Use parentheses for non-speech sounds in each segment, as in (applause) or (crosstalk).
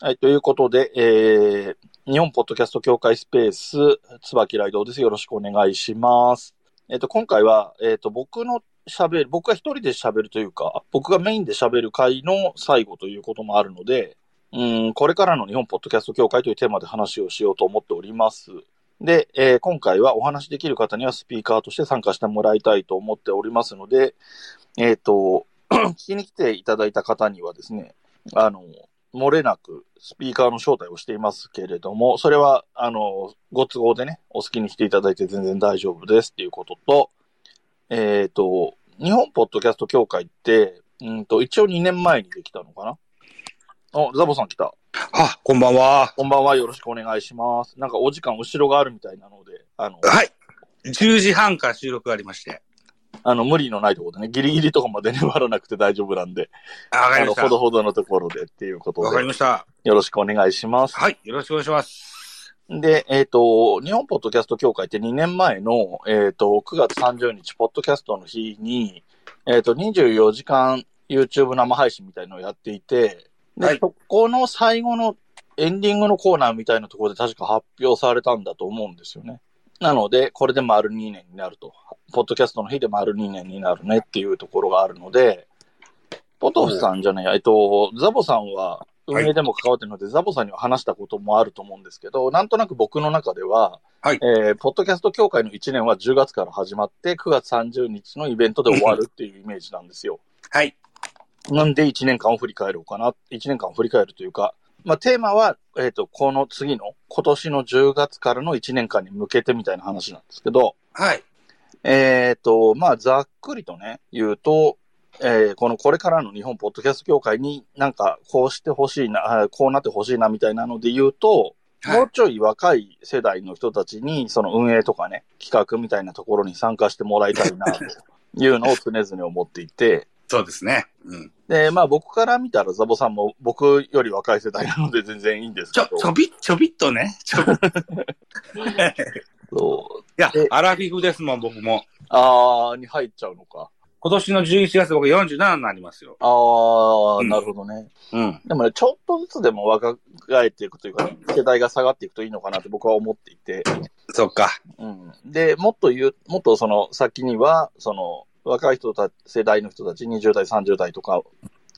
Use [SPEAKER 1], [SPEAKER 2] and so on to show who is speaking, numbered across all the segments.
[SPEAKER 1] はい、ということで、えー、日本ポッドキャスト協会スペース、椿ライドです。よろしくお願いします。えっ、と、今回は、えっ、と、僕の喋る、僕が一人で喋るというか、僕がメインで喋る回の最後ということもあるので、うん、これからの日本ポッドキャスト協会というテーマで話をしようと思っております。で、えー今回はお話しできる方にはスピーカーとして参加してもらいたいと思っておりますので、えっ、と、 (clears throat) 聞きに来ていただいた方にはですね、あの、漏れなくスピーカーの招待をしていますけれども、それは、あの、ご都合でね、お好きに来ていただいて全然大丈夫ですっていうことと、えっ、と、日本ポッドキャスト協会って、うんと、一応2年前にできたのかなあ、ザボさん来た。
[SPEAKER 2] あ、こんばんは。
[SPEAKER 1] こんばんは、よろしくお願いします。なんかお時間後ろがあるみたいなので、
[SPEAKER 2] (laughs)
[SPEAKER 1] あの、
[SPEAKER 2] はい。10時半から収録がありまして。
[SPEAKER 1] あの無理のないところでね、ギリギリとかまで粘らなくて大丈夫なんで、
[SPEAKER 2] あわか
[SPEAKER 1] あ
[SPEAKER 2] りま
[SPEAKER 1] の、
[SPEAKER 2] し
[SPEAKER 1] ほ
[SPEAKER 2] た。
[SPEAKER 1] どほどのところでっていうこと
[SPEAKER 2] わか
[SPEAKER 1] で
[SPEAKER 2] り、ました。
[SPEAKER 1] よろしくお願いします。
[SPEAKER 2] はい。よろしくお願いします。
[SPEAKER 1] で、えっ、と、日本ポッドキャスト協会って2年前の、えっ、と、9月30日、ポッドキャストの日に、えっ、と、24時間 YouTube 生配信みたいのをやっていて、で、
[SPEAKER 2] はい
[SPEAKER 1] そこの最後のエンディングのコーナーみたいなところで確か発表されたんだと思うんですよね。なので、これで丸2年になると。ポッドキャストの日で丸2年になるねっていうところがあるので、ポトフさんじゃないや、えっと、ザボさんは運営でも関わってるので、ザボさんには話したこともあると思うんですけど、なんとなく僕の中では、
[SPEAKER 2] はい
[SPEAKER 1] えーポッドキャスト協会の1年は10月から始まって、9月30日のイベントで終わるっていうイメージなんですよ。
[SPEAKER 2] はい。
[SPEAKER 1] なんで1年間を振り返ろうかな。1年間を振り返るというか、まあ、テーマは、えっ、と、この次の、今年の10月からの1年間に向けてみたいな話なんですけど、
[SPEAKER 2] はい。
[SPEAKER 1] えっ、と、まあ、ざっくりとね、言うと、えーこのこれからの日本ポッドキャスト協会になんかこうしてほしいな、あーこうなってほしいなみたいなので言うと、も
[SPEAKER 2] は
[SPEAKER 1] うちょい若い世代の人たちに、その運営とかね、企画みたいなところに参加してもらいたいな、というのを常々思っていて、
[SPEAKER 2] そうですね。うん。
[SPEAKER 1] で、まあ僕から見たらザボさんも僕より若い世代なので全然いいんです
[SPEAKER 2] ち
[SPEAKER 1] け
[SPEAKER 2] ょ (laughs)
[SPEAKER 1] ど、、
[SPEAKER 2] ちょび、ちょびっとね。ちょびっと。い
[SPEAKER 1] そう
[SPEAKER 2] や
[SPEAKER 1] え、
[SPEAKER 2] アラフィフですもん、僕も。
[SPEAKER 1] あーに入っちゃうのか。
[SPEAKER 2] 今年の11月、僕47になりますよ。
[SPEAKER 1] あー、
[SPEAKER 2] うん
[SPEAKER 1] なるほどね。
[SPEAKER 2] うん。
[SPEAKER 1] でもね、ちょっとずつでも若返っていくというか、世代が下がっていくといいのかなって僕は思っていて。
[SPEAKER 2] そっか。
[SPEAKER 1] うん。で、もっと言う、もっとその先には、その若い人たち、世代の人たち、20代、30代とか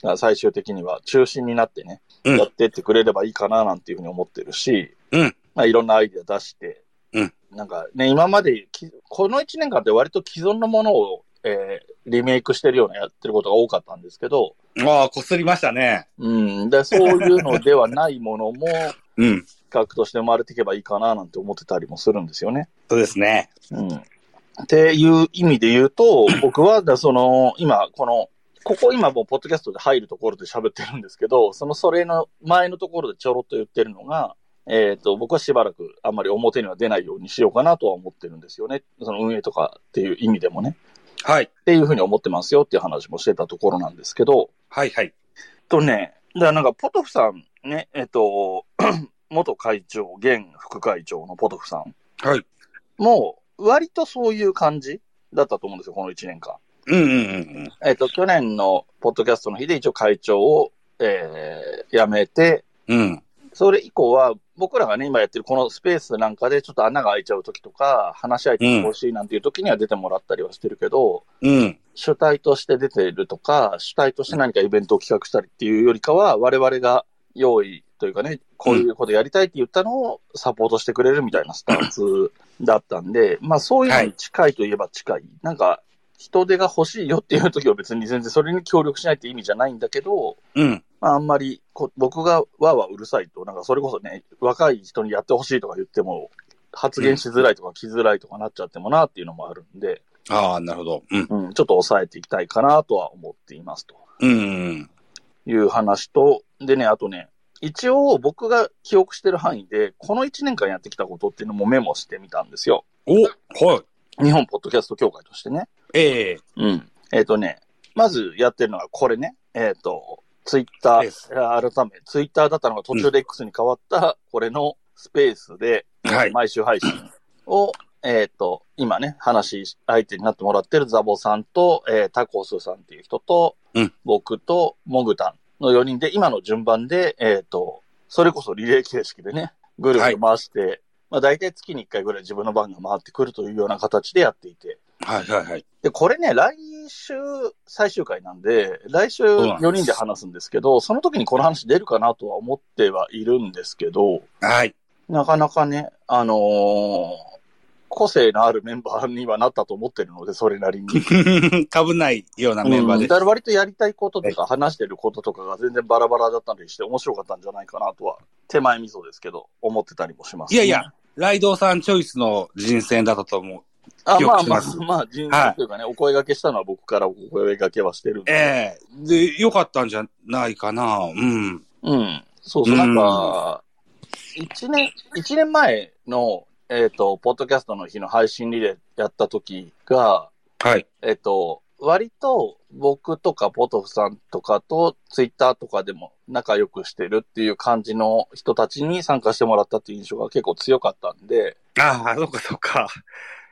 [SPEAKER 1] が最終的には中心になってね、
[SPEAKER 2] うん
[SPEAKER 1] やってってくれればいいかななんていうふうに思ってるし、
[SPEAKER 2] うん
[SPEAKER 1] まあいろんなアイデア出して、
[SPEAKER 2] うん
[SPEAKER 1] なんかね、今までき、この1年間って割と既存のものを、えーリメイクしてるようなやってることが多かったんですけど、
[SPEAKER 2] ああ、こすりましたね。
[SPEAKER 1] うん。で、そういうのではないものも、企
[SPEAKER 2] うん。
[SPEAKER 1] 画として生まれていけばいいかななんて思ってたりもするんですよね。
[SPEAKER 2] そうですね。
[SPEAKER 1] うん。っていう意味で言うと、僕は、だその、今、この、ここ今もうポッドキャストで入るところで喋ってるんですけど、そのそれの前のところでちょろっと言ってるのが、えっ、と、僕はしばらくあんまり表には出ないようにしようかなとは思ってるんですよね。その運営とかっていう意味でもね。
[SPEAKER 2] はい。
[SPEAKER 1] っていうふうに思ってますよっていう話もしてたところなんですけど、
[SPEAKER 2] はい、はい。
[SPEAKER 1] えっとね、だからなんか、ポトフさんね、えっと、 (clears throat) 元会長、現副会長のポトフさん
[SPEAKER 2] はい。
[SPEAKER 1] も、割とそういう感じだったと思うんですよ、この1年間。
[SPEAKER 2] うんうんうん
[SPEAKER 1] えっと、去年のポッドキャストの日で一応会長を、えー、辞めて、
[SPEAKER 2] うん。うん。
[SPEAKER 1] それ以降は、僕らがね、今やってるこのスペースなんかでちょっと穴が開いちゃう時とか、話し合いてほしいなんていう時には出てもらったりはしてるけど、
[SPEAKER 2] うん。
[SPEAKER 1] 主体として出ているとか、主体として何かイベントを企画したりっていうよりかは、我々が用意というかね、こういうことやりたいって言ったのをサポートしてくれるみたいなスタンスだったんで、まあそういうのに近いといえば近い。なんか、人手が欲しいよっていう時は別に全然それに協力しないって意味じゃないんだけど、
[SPEAKER 2] うん。
[SPEAKER 1] まああんまりこ僕がわーわーうるさいと、なんかそれこそね、若い人にやってほしいとか言っても、発言しづらいとか来づらいとかなっちゃってもなっていうのもあるんで、
[SPEAKER 2] ああ、なるほど。うん。
[SPEAKER 1] うん、ちょっと抑えていきたいかなとは思っていますと
[SPEAKER 2] うんうん。
[SPEAKER 1] いう話と、でね、あとね、一応僕が記憶してる範囲で、この1年間やってきたことっていうのもメモしてみたんですよ。
[SPEAKER 2] お、はい。
[SPEAKER 1] 日本ポッドキャスト協会としてね。
[SPEAKER 2] ええ
[SPEAKER 1] うん。えっ、とね、まずやってるのがこれね、えっ、と、ツイッタ
[SPEAKER 2] で
[SPEAKER 1] ー、
[SPEAKER 2] す。
[SPEAKER 1] 改め、ツイッターだったのが途中で X に変わった、これのスペースで、
[SPEAKER 2] はい。
[SPEAKER 1] 毎週配信を、えっ、と、今ね、話し相手になってもらってるザボさんと、えータコスさんっていう人と、
[SPEAKER 2] うん
[SPEAKER 1] 僕とモグタンの4人で、今の順番で、えっ、と、それこそリレー形式でね、ぐるぐる回して、まあ大体月に1回ぐらい自分の番が回ってくるというような形でやっていて。
[SPEAKER 2] はいはいはい。
[SPEAKER 1] で、これね、来週最終回なんで、来週
[SPEAKER 2] うなんです
[SPEAKER 1] 4人で話すんですけど、その時にこの話出るかなとは思ってはいるんですけど、
[SPEAKER 2] はい。 (laughs)
[SPEAKER 1] なかなかね、あのー個性のあるメンバーにはなったと思ってるので、それなりに。
[SPEAKER 2] かぶないようなメンバー
[SPEAKER 1] うん
[SPEAKER 2] で
[SPEAKER 1] だから割とやりたいこととか話してることとかが全然バラバラだったりして面白かったんじゃないかなとは、手前味噌ですけど、思ってたりもします、
[SPEAKER 2] いやいや。ライドウさんチョイスの人選だったと思う。
[SPEAKER 1] あ、
[SPEAKER 2] 記
[SPEAKER 1] ま
[SPEAKER 2] 憶
[SPEAKER 1] あ
[SPEAKER 2] し
[SPEAKER 1] ま
[SPEAKER 2] ま
[SPEAKER 1] あ
[SPEAKER 2] す、
[SPEAKER 1] まあ、人生というかね、お声掛けしたのは僕からお声掛けはしてるんで。
[SPEAKER 2] ええで、よかったんじゃないかな。うん。
[SPEAKER 1] うん。そうそう、
[SPEAKER 2] うん
[SPEAKER 1] なんか、一年、一年前の、えっ、と、ポッドキャストの日の配信リレーやった時が、
[SPEAKER 2] はい。
[SPEAKER 1] えっと、割と僕とかポトフさんとかとツイッターとかでも仲良くしてるっていう感じの人たちに参加してもらったっていう印象が結構強かったんで、
[SPEAKER 2] ああ、そっかそっか。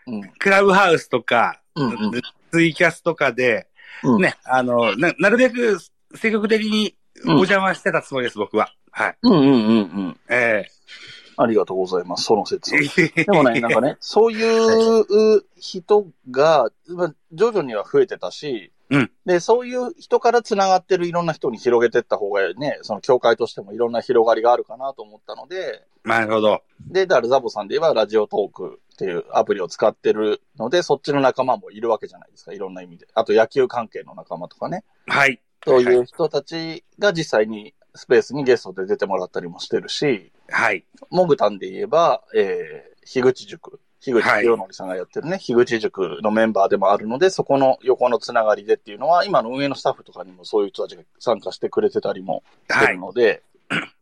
[SPEAKER 1] うん。
[SPEAKER 2] クラブハウスとか、
[SPEAKER 1] うんうん
[SPEAKER 2] ツイキャスとかで、
[SPEAKER 1] うん
[SPEAKER 2] ね、あの、な、なるべく積極的に
[SPEAKER 1] うん
[SPEAKER 2] お邪魔してたつもりです、僕は。はい。
[SPEAKER 1] うんうんうんうん。
[SPEAKER 2] え
[SPEAKER 1] ありがとうございます、その説
[SPEAKER 2] え
[SPEAKER 1] でもね、なんかね、そういう人が、まあ徐々には増えてたし、
[SPEAKER 2] うん
[SPEAKER 1] で、そういう人から繋がってるいろんな人に広げてった方がね、その協会としてもいろんな広がりがあるかなと思ったので、
[SPEAKER 2] まあ (laughs) なるほど。
[SPEAKER 1] で、だからザボさんで言えばラジオトークっていうアプリを使ってるので、そっちの仲間もいるわけじゃないですか、いろんな意味で。あと野球関係の仲間とかね。
[SPEAKER 2] はい。
[SPEAKER 1] そうい
[SPEAKER 2] は
[SPEAKER 1] う人たちが実際にスペースにゲストで出てもらったりもしてるし、
[SPEAKER 2] はい。
[SPEAKER 1] モグタンで言えば、えー、樋口塾。樋口清則さんがやってるね、樋口塾のメンバーでもあるので、そこの横のつながりでっていうのは、今の運営のスタッフとかにもそういう人たちが参加してくれてたりもして
[SPEAKER 2] は
[SPEAKER 1] る
[SPEAKER 2] い。
[SPEAKER 1] ので、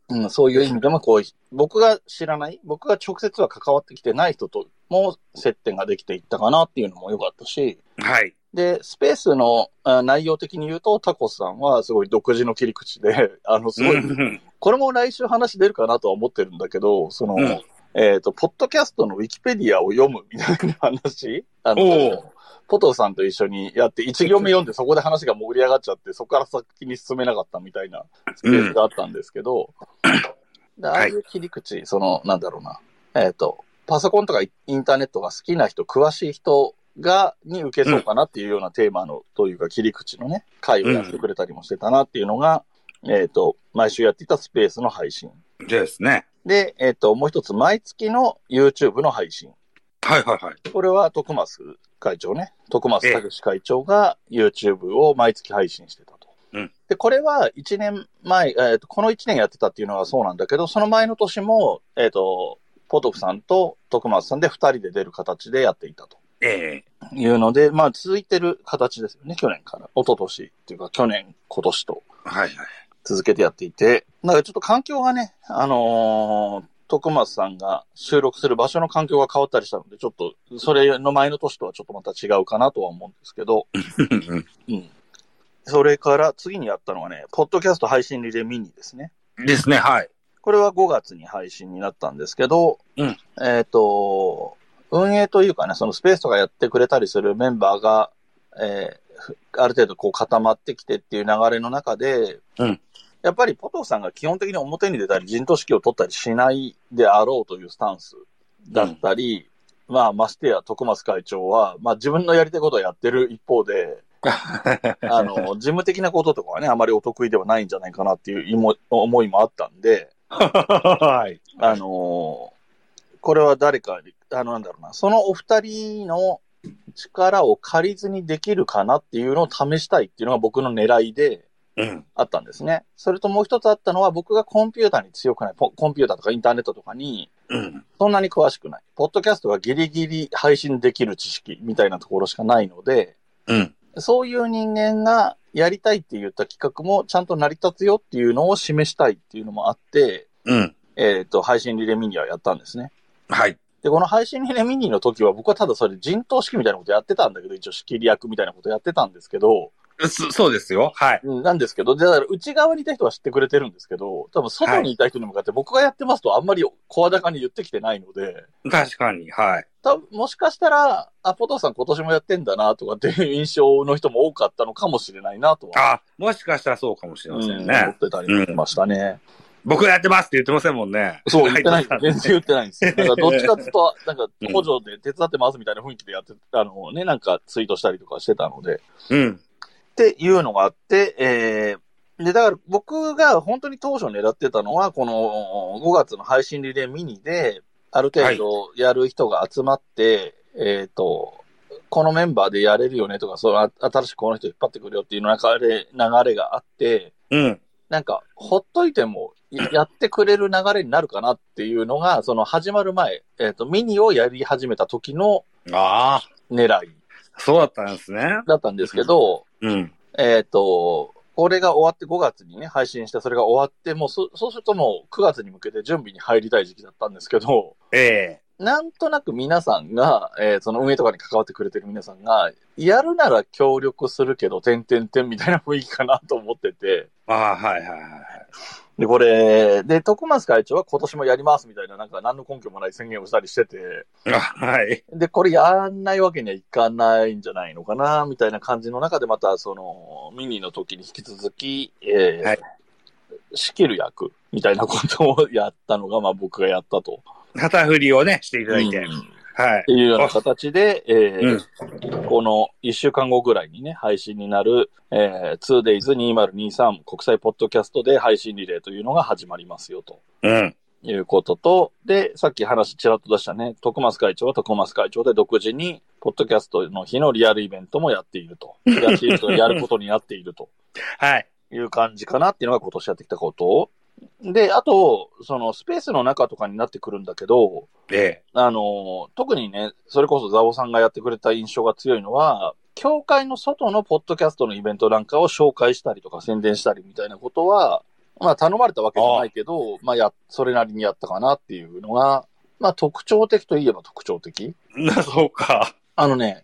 [SPEAKER 1] うん、そういう意味でもこう、僕が知らない、僕が直接は関わってきてない人とも接点ができていったかなっていうのも良かったし、
[SPEAKER 2] はい。
[SPEAKER 1] で、スペースのあ内容的に言うと、タコスさんはすごい独自の切り口で、 (laughs) あの、すごい、
[SPEAKER 2] うん
[SPEAKER 1] これも来週話出るかなとは思ってるんだけど、その、
[SPEAKER 2] うん
[SPEAKER 1] えっ、と、ポッドキャストのウィキペディアを読むみたいな話あ
[SPEAKER 2] おう
[SPEAKER 1] の、ポトフさんと一緒にやって、一行目読んでそこで話が盛り上がっちゃって、そこから先に進めなかったみたいなスペースがあったんですけど、でああいう切り口、その、なんだろうな、えっ、と、パソコンとかイインターネットが好きな人、詳しい人が、に受けそうかなっていうようなテーマの、というか切り口のね、回をやってくれたりもしてたなっていうのが、えっ、と、毎週やっていたスペースの配信。
[SPEAKER 2] ですね。
[SPEAKER 1] で、えっ、と、もう一つ、毎月の YouTube の配信。
[SPEAKER 2] はいはいはい。
[SPEAKER 1] これは、徳増会長ね。徳増武史会長が YouTube を毎月配信してたと。
[SPEAKER 2] うん
[SPEAKER 1] で、これは1年前、えーと、この1年やってたっていうのはそうなんだけど、その前の年も、えっ、と、ポトフさんと徳松さんで2人で出る形でやっていたと
[SPEAKER 2] ええ
[SPEAKER 1] いうので、まあ続いてる形ですよね、去年から。一昨年っていうか、去年、今年と
[SPEAKER 2] はいはい。
[SPEAKER 1] 続けてやっていて、なんかちょっと環境がね、あのー徳松さんが収録する場所の環境が変わったりしたので、ちょっと、それの前の年とはちょっとまた違うかなとは思うんですけど、 (laughs)
[SPEAKER 2] うん
[SPEAKER 1] うん。それから次にやったのはね、ポッドキャスト配信リレーミニですね。
[SPEAKER 2] うんですね、はい。
[SPEAKER 1] (laughs) これは5月に配信になったんですけど、
[SPEAKER 2] うん
[SPEAKER 1] えっ、と、運営というかね、そのスペースとかやってくれたりするメンバーが、えーふある程度こう固まってきてっていう流れの中で、
[SPEAKER 2] うん
[SPEAKER 1] やっぱりポトフさんが基本的に表に出たり、陣頭指揮を取ったりしないであろうというスタンスだったり、まあ、ましてや徳松会長は、まあ自分のやりたいことをやってる一方で、
[SPEAKER 2] (laughs)
[SPEAKER 1] あの、事務的なこととかはね、あまりお得意ではないんじゃないかなっていういも思いもあったんで、
[SPEAKER 2] はい。
[SPEAKER 1] あのーこれは誰かに、あの、なんだろうな、そのお二人の力を借りずにできるかなっていうのを試したいっていうのが僕の狙いで
[SPEAKER 2] うん。
[SPEAKER 1] あったんですね。それともう一つあったのは僕がコンピューターに強くない、ポコンピューターとかインターネットとかに
[SPEAKER 2] うん。
[SPEAKER 1] そんなに詳しくない。ポッドキャストがギリギリ配信できる知識みたいなところしかないので、
[SPEAKER 2] うん。
[SPEAKER 1] そういう人間がやりたいって言った企画もちゃんと成り立つよっていうのを示したいっていうのもあって、
[SPEAKER 2] うん。
[SPEAKER 1] えっ、と、配信リレーミニはやったんですね。
[SPEAKER 2] はい。
[SPEAKER 1] で、この配信リレーミニの時は僕はただそれ人頭式みたいなことやってたんだけど、一応仕切り役みたいなことやってたんですけど、
[SPEAKER 2] そそうですよ。はい。
[SPEAKER 1] うんなんですけど、でだから内側にいた人は知ってくれてるんですけど、多分外にいた人に向かって僕がやってますとあんまり声高に言ってきてないので、
[SPEAKER 2] 確かに。はい。
[SPEAKER 1] 多分もしかしたら、あ、ポトフさん今年もやってんだなとかっていう印象の人も多かったのかもしれないなとは。
[SPEAKER 2] あ、もしかしたらそうかもしれません
[SPEAKER 1] うん思
[SPEAKER 2] ね
[SPEAKER 1] っ。てたりもしましたね。
[SPEAKER 2] 僕がやってますって言ってませんもんね。
[SPEAKER 1] そう、言ってないんです。全然言ってないんですよ。なんか、どっちかっていうと、なんか
[SPEAKER 2] うん、
[SPEAKER 1] 補助で手伝ってますみたいな雰囲気でやって、あのね、なんかツイートしたりとかしてたので、
[SPEAKER 2] うん。
[SPEAKER 1] っていうのがあって、えー、で、だから僕が本当に当初狙ってたのは、この5月の配信リレーミニで、ある程度やる人が集まって、えっ、と、このメンバーでやれるよねとか、そうあ新しくこの人引っ張ってくるよっていう流れ、流れがあって、
[SPEAKER 2] うん。
[SPEAKER 1] なんか、ほっといてもや (coughs) やってくれる流れになるかなっていうのが、その始まる前、えっ、と、ミニをやり始めた時の
[SPEAKER 2] ああ、
[SPEAKER 1] 狙い
[SPEAKER 2] そうだったんですね。
[SPEAKER 1] だったんですけど、
[SPEAKER 2] うん。
[SPEAKER 1] えっ、と、これが終わって5月にね、配信して、それが終わって、もうそ、そうするともう9月に向けて準備に入りたい時期だったんですけど、
[SPEAKER 2] ええ
[SPEAKER 1] (laughs) なんとなく皆さんが、えーその運営とかに関わってくれてる皆さんが、やるなら協力するけど、てんてんてんみたいな雰囲気かなと思ってて、
[SPEAKER 2] ああ、はいはいはい。
[SPEAKER 1] で、これ、で、徳松会長は今年もやりますみたいな、なんか何の根拠もない宣言をしたりしてて、
[SPEAKER 2] あはい。
[SPEAKER 1] で、これやんないわけにはいかないんじゃないのかな、みたいな感じの中で、また、その、ミニの時に引き続き、えー
[SPEAKER 2] はい
[SPEAKER 1] 仕切る役、みたいなことをやったのが、まあ僕がやったと。
[SPEAKER 2] 旗振りをね、していただいて。
[SPEAKER 1] うんっ
[SPEAKER 2] はい。
[SPEAKER 1] ていうような形で、えー
[SPEAKER 2] う
[SPEAKER 1] この1週間後ぐらいにね、配信になる、えー、2days2023 国際ポッドキャストで配信リレーというのが始まりますよと。
[SPEAKER 2] うん。
[SPEAKER 1] いうことと、で、さっき話ちらっと出したね、徳松会長は徳松会長で独自に、ポッドキャストの日のリアルイベントもやっていると。やっていると、やることになっていると
[SPEAKER 2] はい。
[SPEAKER 1] いう感じかなっていうのが今年やってきたこと。で、あと、そのスペースの中とかになってくるんだけど、
[SPEAKER 2] ええ
[SPEAKER 1] あの、特にね、それこそザボさんがやってくれた印象が強いのは、教会の外のポッドキャストのイベントなんかを紹介したりとか宣伝したりみたいなことは、まあ頼まれたわけじゃないけど、まあや、それなりにやったかなっていうのが、まあ特徴的といえば特徴的。
[SPEAKER 2] な、そうか。
[SPEAKER 1] あのね、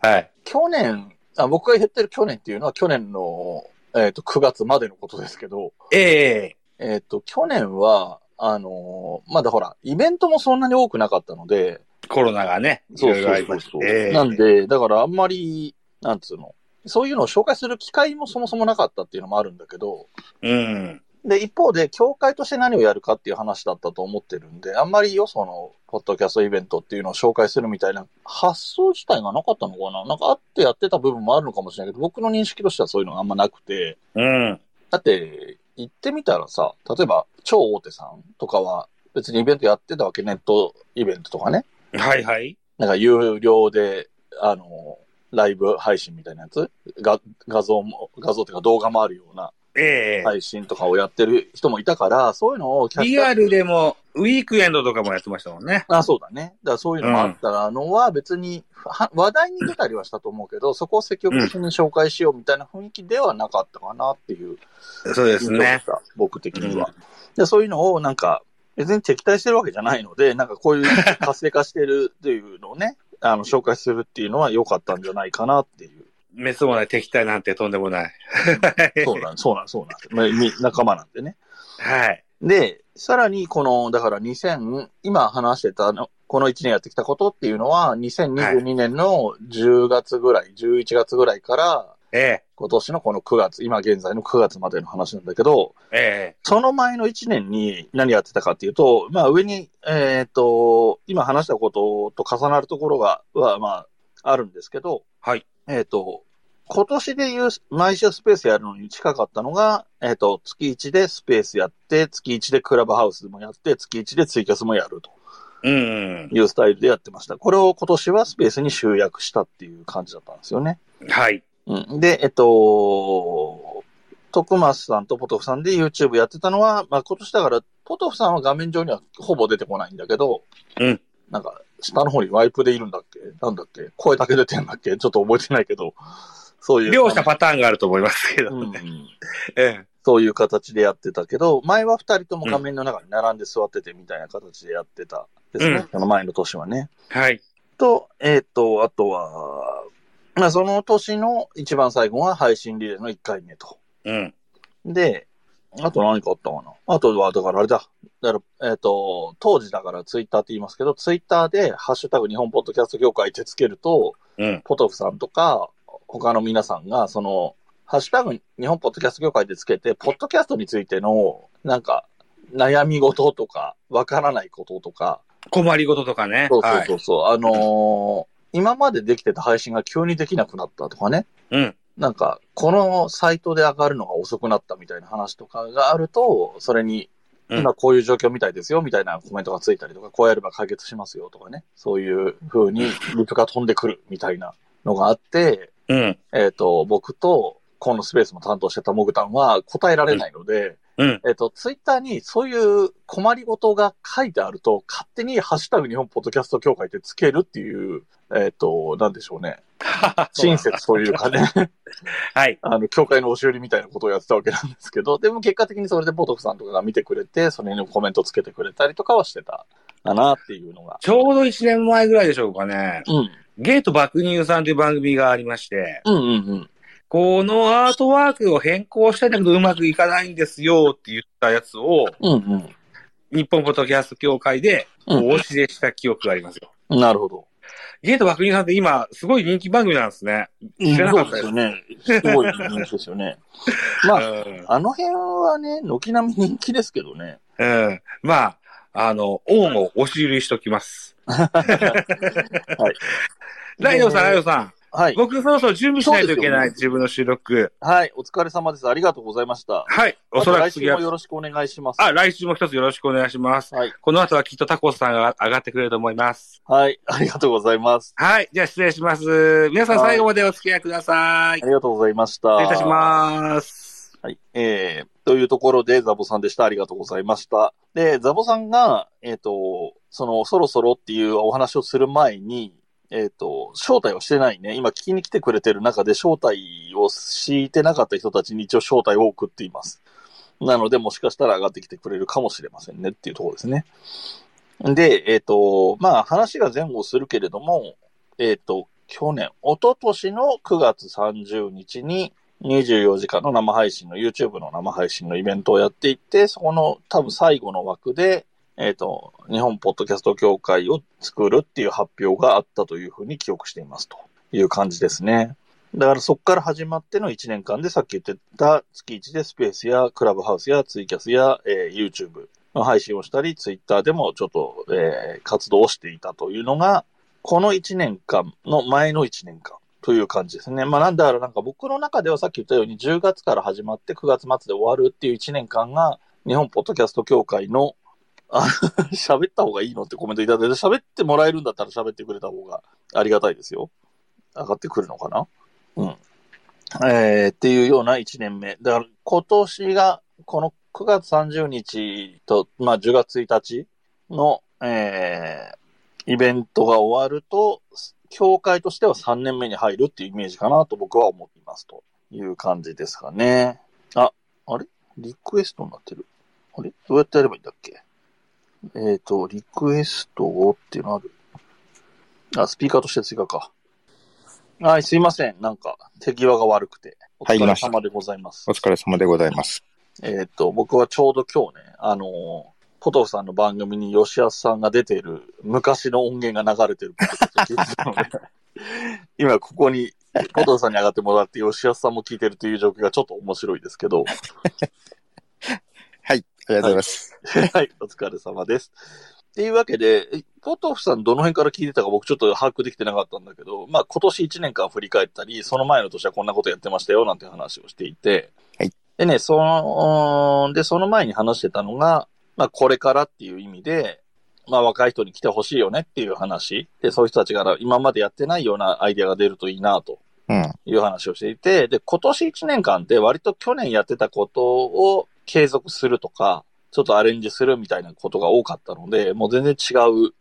[SPEAKER 2] はい。
[SPEAKER 1] 去年、あ僕が言ってる去年っていうのは去年の、えっと9月までのことですけど、
[SPEAKER 2] ええ
[SPEAKER 1] えっ、と、去年は、あのまだほら、イベントもそんなに多くなかったので、
[SPEAKER 2] コロナがね、
[SPEAKER 1] そう
[SPEAKER 2] い
[SPEAKER 1] そ
[SPEAKER 2] ろいろあ
[SPEAKER 1] うそう
[SPEAKER 2] りまし
[SPEAKER 1] そ
[SPEAKER 2] た
[SPEAKER 1] う、
[SPEAKER 2] ええ
[SPEAKER 1] なんで、だからあんまり、なんつうの、そういうのを紹介する機会もそもそもなかったっていうのもあるんだけど、
[SPEAKER 2] うん。
[SPEAKER 1] で、一方で、教会として何をやるかっていう話だったと思ってるんで、あんまりよ、その、ポッドキャストイベントっていうのを紹介するみたいな発想自体がなかったのかななんかあってやってた部分もあるのかもしれないけど、僕の認識としてはそういうのがあんまなくて、
[SPEAKER 2] うん。
[SPEAKER 1] だって、言ってみたらさ、例えば、超大手さんとかは、別にイベントやってたわけ、ネットイベントとかね。
[SPEAKER 2] はいはい。
[SPEAKER 1] なんか有料で、あの、ライブ配信みたいなやつが画像も、画像っていうか動画もあるような
[SPEAKER 2] ええ
[SPEAKER 1] 配信とかをやってる人もいたから、そういうのをキャッチ
[SPEAKER 2] リ
[SPEAKER 1] アッ
[SPEAKER 2] ア
[SPEAKER 1] プ
[SPEAKER 2] ルでも、ウィークエンドとかもやってましたもんね。
[SPEAKER 1] あ、そうだね。だからそういうのもあったのは別に、は話題に出たりはしたと思うけど、そこを積極的に紹介しようみたいな雰囲気ではなかったかなっていう
[SPEAKER 2] そうで
[SPEAKER 1] 印
[SPEAKER 2] す
[SPEAKER 1] 象で
[SPEAKER 2] ね
[SPEAKER 1] し。た、僕的には、で。そういうのをなんか、別に敵対してるわけじゃないので、なんかこういう活性化してるっていうのをね、あの、紹介するっていうのは良かったんじゃないかなっていう。
[SPEAKER 2] メスもない、敵対なんてとんでもない。
[SPEAKER 1] (laughs) そうなん、そうなん、そうなん。みみ仲間なんでね。
[SPEAKER 2] (laughs) はい。
[SPEAKER 1] で、さらにこの、だから2000、今話してたの、この1年やってきたことっていうのは、2022年の10月ぐらい、11月ぐらいから、
[SPEAKER 2] ええ
[SPEAKER 1] 今年のこの9月、今現在の9月までの話なんだけど、
[SPEAKER 2] え
[SPEAKER 1] その前の1年に何やってたかっていうと、まあ上に、えっ、と、今話したことと重なるところが、はまあ、あるんですけど、
[SPEAKER 2] はい。
[SPEAKER 1] えっ、と、今年でいう、毎週スペースやるのに近かったのが、えっ、と、月1でスペースやって、月1でクラブハウスもやって、月1でツイキャスもやると
[SPEAKER 2] えうん。
[SPEAKER 1] いうスタイルでやってました。これを今年はスペースに集約したっていう感じだったんですよね。
[SPEAKER 2] はい。
[SPEAKER 1] うん、で、えっと、徳松さんとポトフさんで YouTube やってたのは、まあ今年だから、ポトフさんは画面上にはほぼ出てこないんだけど、
[SPEAKER 2] うん
[SPEAKER 1] なんか、下の方にワイプでいるんだっけなんだっけ声だけ出てんだっけちょっと覚えてないけど、そういう。
[SPEAKER 2] 両者パターンがあると思いますけど
[SPEAKER 1] う
[SPEAKER 2] ね。
[SPEAKER 1] ん
[SPEAKER 2] え
[SPEAKER 1] そういう形でやってたけど、前は二人とも画面の中に並んで座っててみたいな形でやってたですね。
[SPEAKER 2] うん
[SPEAKER 1] その前の年はね。
[SPEAKER 2] えはい。
[SPEAKER 1] と、えっ、と、あとは、まあその年の一番最後は配信リレーの1回目と。
[SPEAKER 2] うん。
[SPEAKER 1] で、あと何かあったかなあとは、だからあれだ。だから、えっ、と、当時だからツイッターって言いますけど、ツイッターでハッシュタグ日本ポッドキャスト協会ってつけると、
[SPEAKER 2] うん。
[SPEAKER 1] ポトフさんとか、他の皆さんが、その、ハッシュタグ日本ポッドキャスト協会でつけて、ポッドキャストについての、なんか、悩み事とか、わからないこととか、
[SPEAKER 2] 困りごととかね。
[SPEAKER 1] そうそう
[SPEAKER 2] は
[SPEAKER 1] そ
[SPEAKER 2] いう
[SPEAKER 1] そう、あのー今までできてた配信が急にできなくなったとかね、
[SPEAKER 2] うん。
[SPEAKER 1] なんか、このサイトで上がるのが遅くなったみたいな話とかがあると、それに、
[SPEAKER 2] うん
[SPEAKER 1] 今こういう状況みたいですよみたいなコメントがついたりとか、こうやれば解決しますよとかね、そういう風にリプが飛んでくるみたいなのがあって、
[SPEAKER 2] うん。
[SPEAKER 1] えっ、と、僕と、このスペースも担当してたモグタンは答えられないので、
[SPEAKER 2] うん。
[SPEAKER 1] えっ、と、ツイッターにそういう困りごとが書いてあると、勝手にハッシュタグ日本ポッドキャスト協会ってつけるっていう、えっ、と、なんでしょうね。親切というかね。
[SPEAKER 2] はい。
[SPEAKER 1] (laughs) あの、教会の押し売りみたいなことをやってたわけなんですけど、でも結果的にそれでポトフさんとかが見てくれて、それにコメントつけてくれたりとかはしてたかなっていうのが。
[SPEAKER 2] ちょうど1年前ぐらいでしょうかね。
[SPEAKER 1] うん。
[SPEAKER 2] ゲート爆乳さんという番組がありまして、
[SPEAKER 1] うんうんうん。
[SPEAKER 2] このアートワークを変更したいんだけどうまくいかないんですよって言ったやつを、
[SPEAKER 1] うん
[SPEAKER 2] 日本ポッドキャスト協会で
[SPEAKER 1] う
[SPEAKER 2] お
[SPEAKER 1] ん。
[SPEAKER 2] 教えした記憶がありますよ。
[SPEAKER 1] うん、なるほど。
[SPEAKER 2] ゲート爆乳さんって今、すごい人気番組なんですね。知らなかったです
[SPEAKER 1] うんそうですよね。すごい人気ですよね。まあ、
[SPEAKER 2] うん
[SPEAKER 1] あの辺はね、軒並み人気ですけどね。
[SPEAKER 2] うん。まあ、あの、オンを押し売りしときます。ライドさん、ライドさん。
[SPEAKER 1] はい。
[SPEAKER 2] 僕そろそろ準備しないといけな
[SPEAKER 1] そうで
[SPEAKER 2] い、
[SPEAKER 1] す
[SPEAKER 2] 自分の収録。
[SPEAKER 1] はい。お疲れ様です。ありがとうございました。
[SPEAKER 2] はい。おそ
[SPEAKER 1] また
[SPEAKER 2] ら
[SPEAKER 1] 来
[SPEAKER 2] く次
[SPEAKER 1] 週も
[SPEAKER 2] は。
[SPEAKER 1] よろしくお願いします。
[SPEAKER 2] あ、来週も一つよろしくお願いします。
[SPEAKER 1] はい。
[SPEAKER 2] この後はきっとタコスさんが上がってくれると思います。
[SPEAKER 1] はい。ありがとうございます。
[SPEAKER 2] はい。じゃあ失礼します。皆さん
[SPEAKER 1] はい
[SPEAKER 2] 最後までお付き合いください。
[SPEAKER 1] あ
[SPEAKER 2] 失
[SPEAKER 1] りがとうございました。
[SPEAKER 2] 礼いたします。
[SPEAKER 1] はい。えー、というところで、ザボさんでした。ありがとうございました。で、ザボさんが、えっ、と、その、そろそろっていうお話をする前に、えっ、と、招待をしてないね。今聞きに来てくれてる中で、招待をしてなかった人たちに一応招待を送っています。なので、もしかしたら上がってきてくれるかもしれませんねっていうところですね。で、えっ、と、まあ、話が前後するけれども、えっ、と、去年、一昨年の9月30日に、24時間の生配信の YouTube の生配信のイベントをやっていって、そこの多分最後の枠で、えっ、と、日本ポッドキャスト協会を作るっていう発表があったというふうに記憶していますという感じですね。だからそこから始まっての1年間でさっき言ってた月1でスペースやクラブハウスやツイキャスや、えー YouTube の配信をしたり、Twitter でもちょっと、えー活動をしていたというのが、この1年間の前の1年間という感じですね。まあなんだろうなんか僕の中ではさっき言ったように10月から始まって9月末で終わるっていう1年間が日本ポッドキャスト協会の (laughs) あ喋った方がいいのってコメントいただいて、喋ってもらえるんだったら喋ってくれた方がありがたいですよ。上がってくるのかなうん。えー、っていうような1年目。だから今年がこの9月30日と、まあ10月1日の、えー、イベントが終わると、協会としては3年目に入るっていうイメージかなと僕は思っていますという感じですかね。あ、あれリクエストになってる。あれどうやってやればいいんだっけえっ、と、リクエストをっていうのある。あ、スピーカーとして追加か。はい、すいません。なんか、手際が悪くて。お疲
[SPEAKER 3] 入り
[SPEAKER 1] れ
[SPEAKER 3] ました
[SPEAKER 1] 様でございます
[SPEAKER 3] お。疲れ様でございます。
[SPEAKER 1] えっ、と、僕はちょうど今日ね、あのー、ポトフさんの番組に吉安さんが出ている昔の音源が流れてるポトフさん聞いてたので、今ここにポトフさんに上がってもらって吉安さんも聞いてるという状況がちょっと面白いですけど、
[SPEAKER 3] はい、ありがとうございます。
[SPEAKER 1] はい、お疲れ様です。っていうわけで、えポトフさんどの辺から聞いてたか僕ちょっと把握できてなかったんだけど、まあ今年1年間振り返ったり、その前の年はこんなことやってましたよなんて話をしていて、
[SPEAKER 3] はい
[SPEAKER 1] でね、その、で、その前に話してたのが、まあこれからっていう意味で、まあ若い人に来てほしいよねっていう話。で、そういう人たちから今までやってないようなアイデアが出るといいなと
[SPEAKER 3] うん、
[SPEAKER 1] いう話をしていて、で、今年1年間で割と去年やってたことを継続するとか、ちょっとアレンジするみたいなことが多かったので、もう全然違う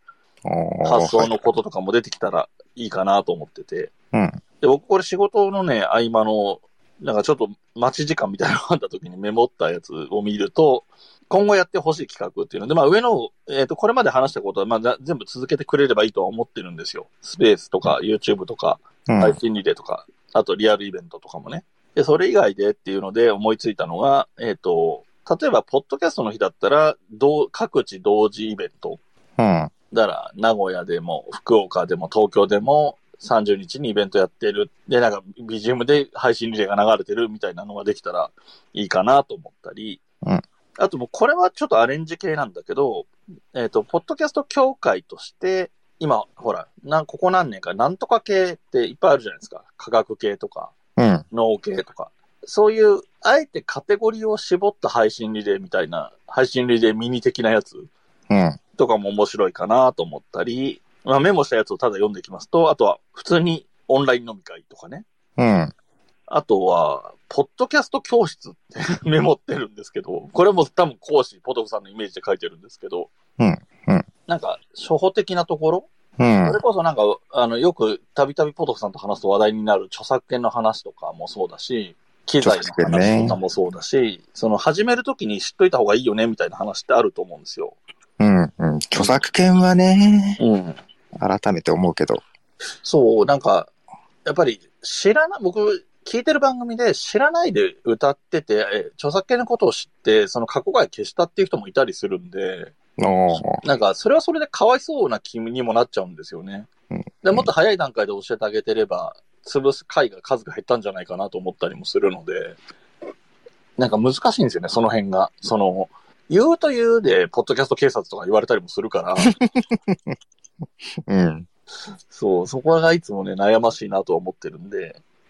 [SPEAKER 3] おー
[SPEAKER 1] 発想のこととかも出てきたらいいかなと思ってて。
[SPEAKER 3] うん
[SPEAKER 1] で、僕これ仕事のね、合間の、なんかちょっと待ち時間みたいなのがあった時にメモったやつを見ると、今後やってほしい企画っていうので、まあ上の、えっ、と、これまで話したことは、まあな全部続けてくれればいいとは思ってるんですよ。スペースとか YouTube とか、
[SPEAKER 3] うん
[SPEAKER 1] 配信リレーとか、あとリアルイベントとかもね。で、それ以外でっていうので思いついたのが、えっ、と、例えば、ポッドキャストの日だったら、同各地同時イベント。
[SPEAKER 3] うん、
[SPEAKER 1] だから、名古屋でも、福岡でも、東京でも、30日にイベントやってる。で、なんか、BGM で配信リレーが流れてるみたいなのができたらいいかなと思ったり、
[SPEAKER 3] うん
[SPEAKER 1] あともうこれはちょっとアレンジ系なんだけど、えっ、と、ポッドキャスト協会として、今、ほら、なんここ何年か、なんとか系っていっぱいあるじゃないですか。科学系とか、
[SPEAKER 3] うん。
[SPEAKER 1] 脳系とか。そういう、あえてカテゴリーを絞った配信リレーみたいな、配信リレーミニ的なやつ
[SPEAKER 3] うん。
[SPEAKER 1] とかも面白いかなと思ったり、まあ、メモしたやつをただ読んでいきますと、あとは普通にオンライン飲み会とかね。
[SPEAKER 3] うん。
[SPEAKER 1] あとは、ポッドキャスト教室って (laughs) メモってるんですけど、これも多分講師、ポトフさんのイメージで書いてるんですけど、
[SPEAKER 3] うんうん
[SPEAKER 1] なんか、初歩的なところ、
[SPEAKER 3] うん
[SPEAKER 1] それ。こそなんか、あの、よくたびたびポトフさんと話すと話題になる著作権の話とかもそうだし、機材の
[SPEAKER 3] 著作権
[SPEAKER 1] 話
[SPEAKER 3] ね
[SPEAKER 1] とかもそうだし、その始めるときに知っといた方がいいよねみたいな話ってあると思うんですよ。
[SPEAKER 3] うん。うん。著作権はね、
[SPEAKER 1] うん。
[SPEAKER 3] 改めて思うけど。
[SPEAKER 1] そう、なんか、やっぱり知らない、僕、聞いてる番組で知らないで歌ってて、え著作権のことを知って、その過去外消したっていう人もいたりするんで、
[SPEAKER 3] おー
[SPEAKER 1] なんか、それはそれでかわいそうな気にもなっちゃうんですよね
[SPEAKER 3] うん。
[SPEAKER 1] でもっと早い段階で教えてあげてれば、潰す回が数が減ったんじゃないかなと思ったりもするので、なんか難しいんですよね、その辺が。その、言うと言うで、ポッドキャスト警察とか言われたりもするから、
[SPEAKER 3] うん。
[SPEAKER 1] (laughs) そう、そこがいつもね、悩ましいなとは思ってるんで、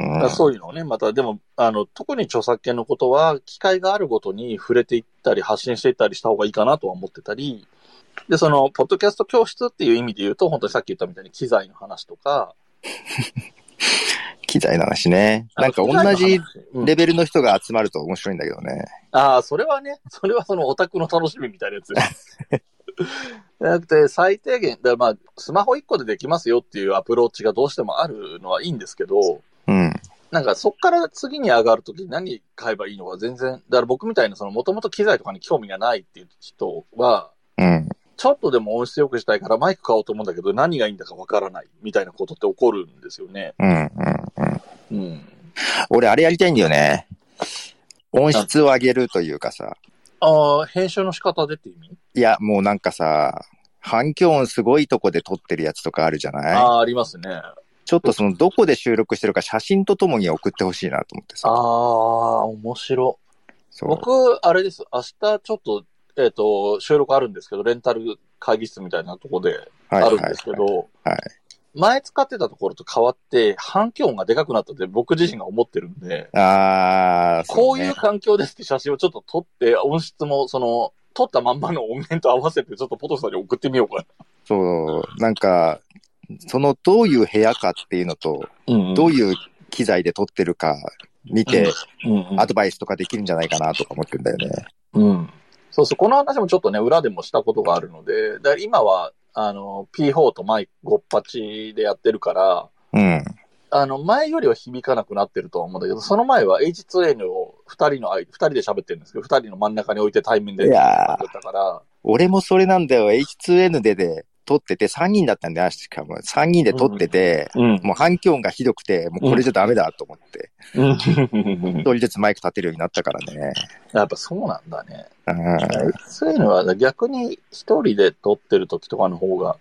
[SPEAKER 3] うん
[SPEAKER 1] だからそういうのをね、また、でも、あの、特に著作権のことは、機会があるごとに触れていったり、発信していったりした方がいいかなとは思ってたり、で、その、ポッドキャスト教室っていう意味で言うと、本当にさっき言ったみたいに機材の話とか、
[SPEAKER 3] 機材の話ね。なんか
[SPEAKER 1] あの機材の
[SPEAKER 3] 同
[SPEAKER 1] 話
[SPEAKER 3] じ
[SPEAKER 1] うん
[SPEAKER 3] レベルの人が集まると面白いんだけどね。
[SPEAKER 1] ああ、それはね、 (laughs) それはそのオタクの楽しみみたいなやつ (laughs) よ。じゃなくて、最低限、だからまあ、スマホ1個でできますよっていうアプローチがどうしてもあるのはいいんですけど、
[SPEAKER 3] うん。
[SPEAKER 1] なんかそっから次に上がるときに何買えばいいのか全然、だから僕みたいなそのもともと機材とかに興味がないっていう人は、
[SPEAKER 3] うん。
[SPEAKER 1] ちょっとでも音質良くしたいからマイク買おうと思うんだけど何がいいんだかわからないみたいなことって起こるんですよね。
[SPEAKER 3] うん。うん。
[SPEAKER 1] うん。
[SPEAKER 3] 俺、あれやりたいんだよね。音質を上げるというかさ。
[SPEAKER 1] ああ、編集の仕方でって意味、
[SPEAKER 3] いや、もうなんかさ、反響音すごいとこで撮ってるやつとかあるじゃ
[SPEAKER 1] あ
[SPEAKER 3] ない
[SPEAKER 1] あ、ありますね。あ
[SPEAKER 3] ちょっとそのどこで収録してるか写真とともに送ってほしいなと思って
[SPEAKER 1] あ
[SPEAKER 3] さ。
[SPEAKER 1] ー、面白。
[SPEAKER 3] そう。
[SPEAKER 1] 僕、あれです。明日ちょっと、えっ、と、収録あるんですけど、レンタル会議室みたいなとこで
[SPEAKER 3] はい
[SPEAKER 1] あ
[SPEAKER 3] はい
[SPEAKER 1] るん
[SPEAKER 3] はい
[SPEAKER 1] ですけど、
[SPEAKER 3] はい
[SPEAKER 1] 前使ってたところと変わって、反響音がでかくなったって僕自身が思ってるんで、
[SPEAKER 3] ああ、
[SPEAKER 1] こ
[SPEAKER 3] そうね
[SPEAKER 1] いう環境ですって写真をちょっと撮って、音質も、その、撮ったまんまの音源と合わせて、ちょっとポトフさんに送ってみようか
[SPEAKER 3] そう、なんか、そのどういう部屋かっていうのと、
[SPEAKER 1] な。うん、
[SPEAKER 3] どう
[SPEAKER 1] い
[SPEAKER 3] いう機材で撮ってるか見て、
[SPEAKER 1] うん、うん
[SPEAKER 3] アドバイスとかできるんじゃないかなとか思ってんだよね。
[SPEAKER 1] うん。そうそう、この話もちょっとね、裏でもしたことがあるので、だから今は、あの、P4 とマイク58でやってるから、
[SPEAKER 3] うん。
[SPEAKER 1] あの、前よりは響かなくなってるとは思うんだけど、その前は H2N を二人の間、二人で喋ってるんですけど、二人の真ん中に置いて対面で
[SPEAKER 3] いやー
[SPEAKER 1] 喋ったから、
[SPEAKER 3] 俺もそれなんだよ。H2N でで撮ってて、3人だったんだよ。しかも3人で撮ってて、
[SPEAKER 1] うん。
[SPEAKER 3] もう反響音がひどくて、もうこれじゃダメだと思って、一人ずつマイク立てるようになったからね。
[SPEAKER 1] (laughs) やっぱそうなんだね。
[SPEAKER 3] うん
[SPEAKER 1] そういうのは逆に一人で撮ってる時とかの方が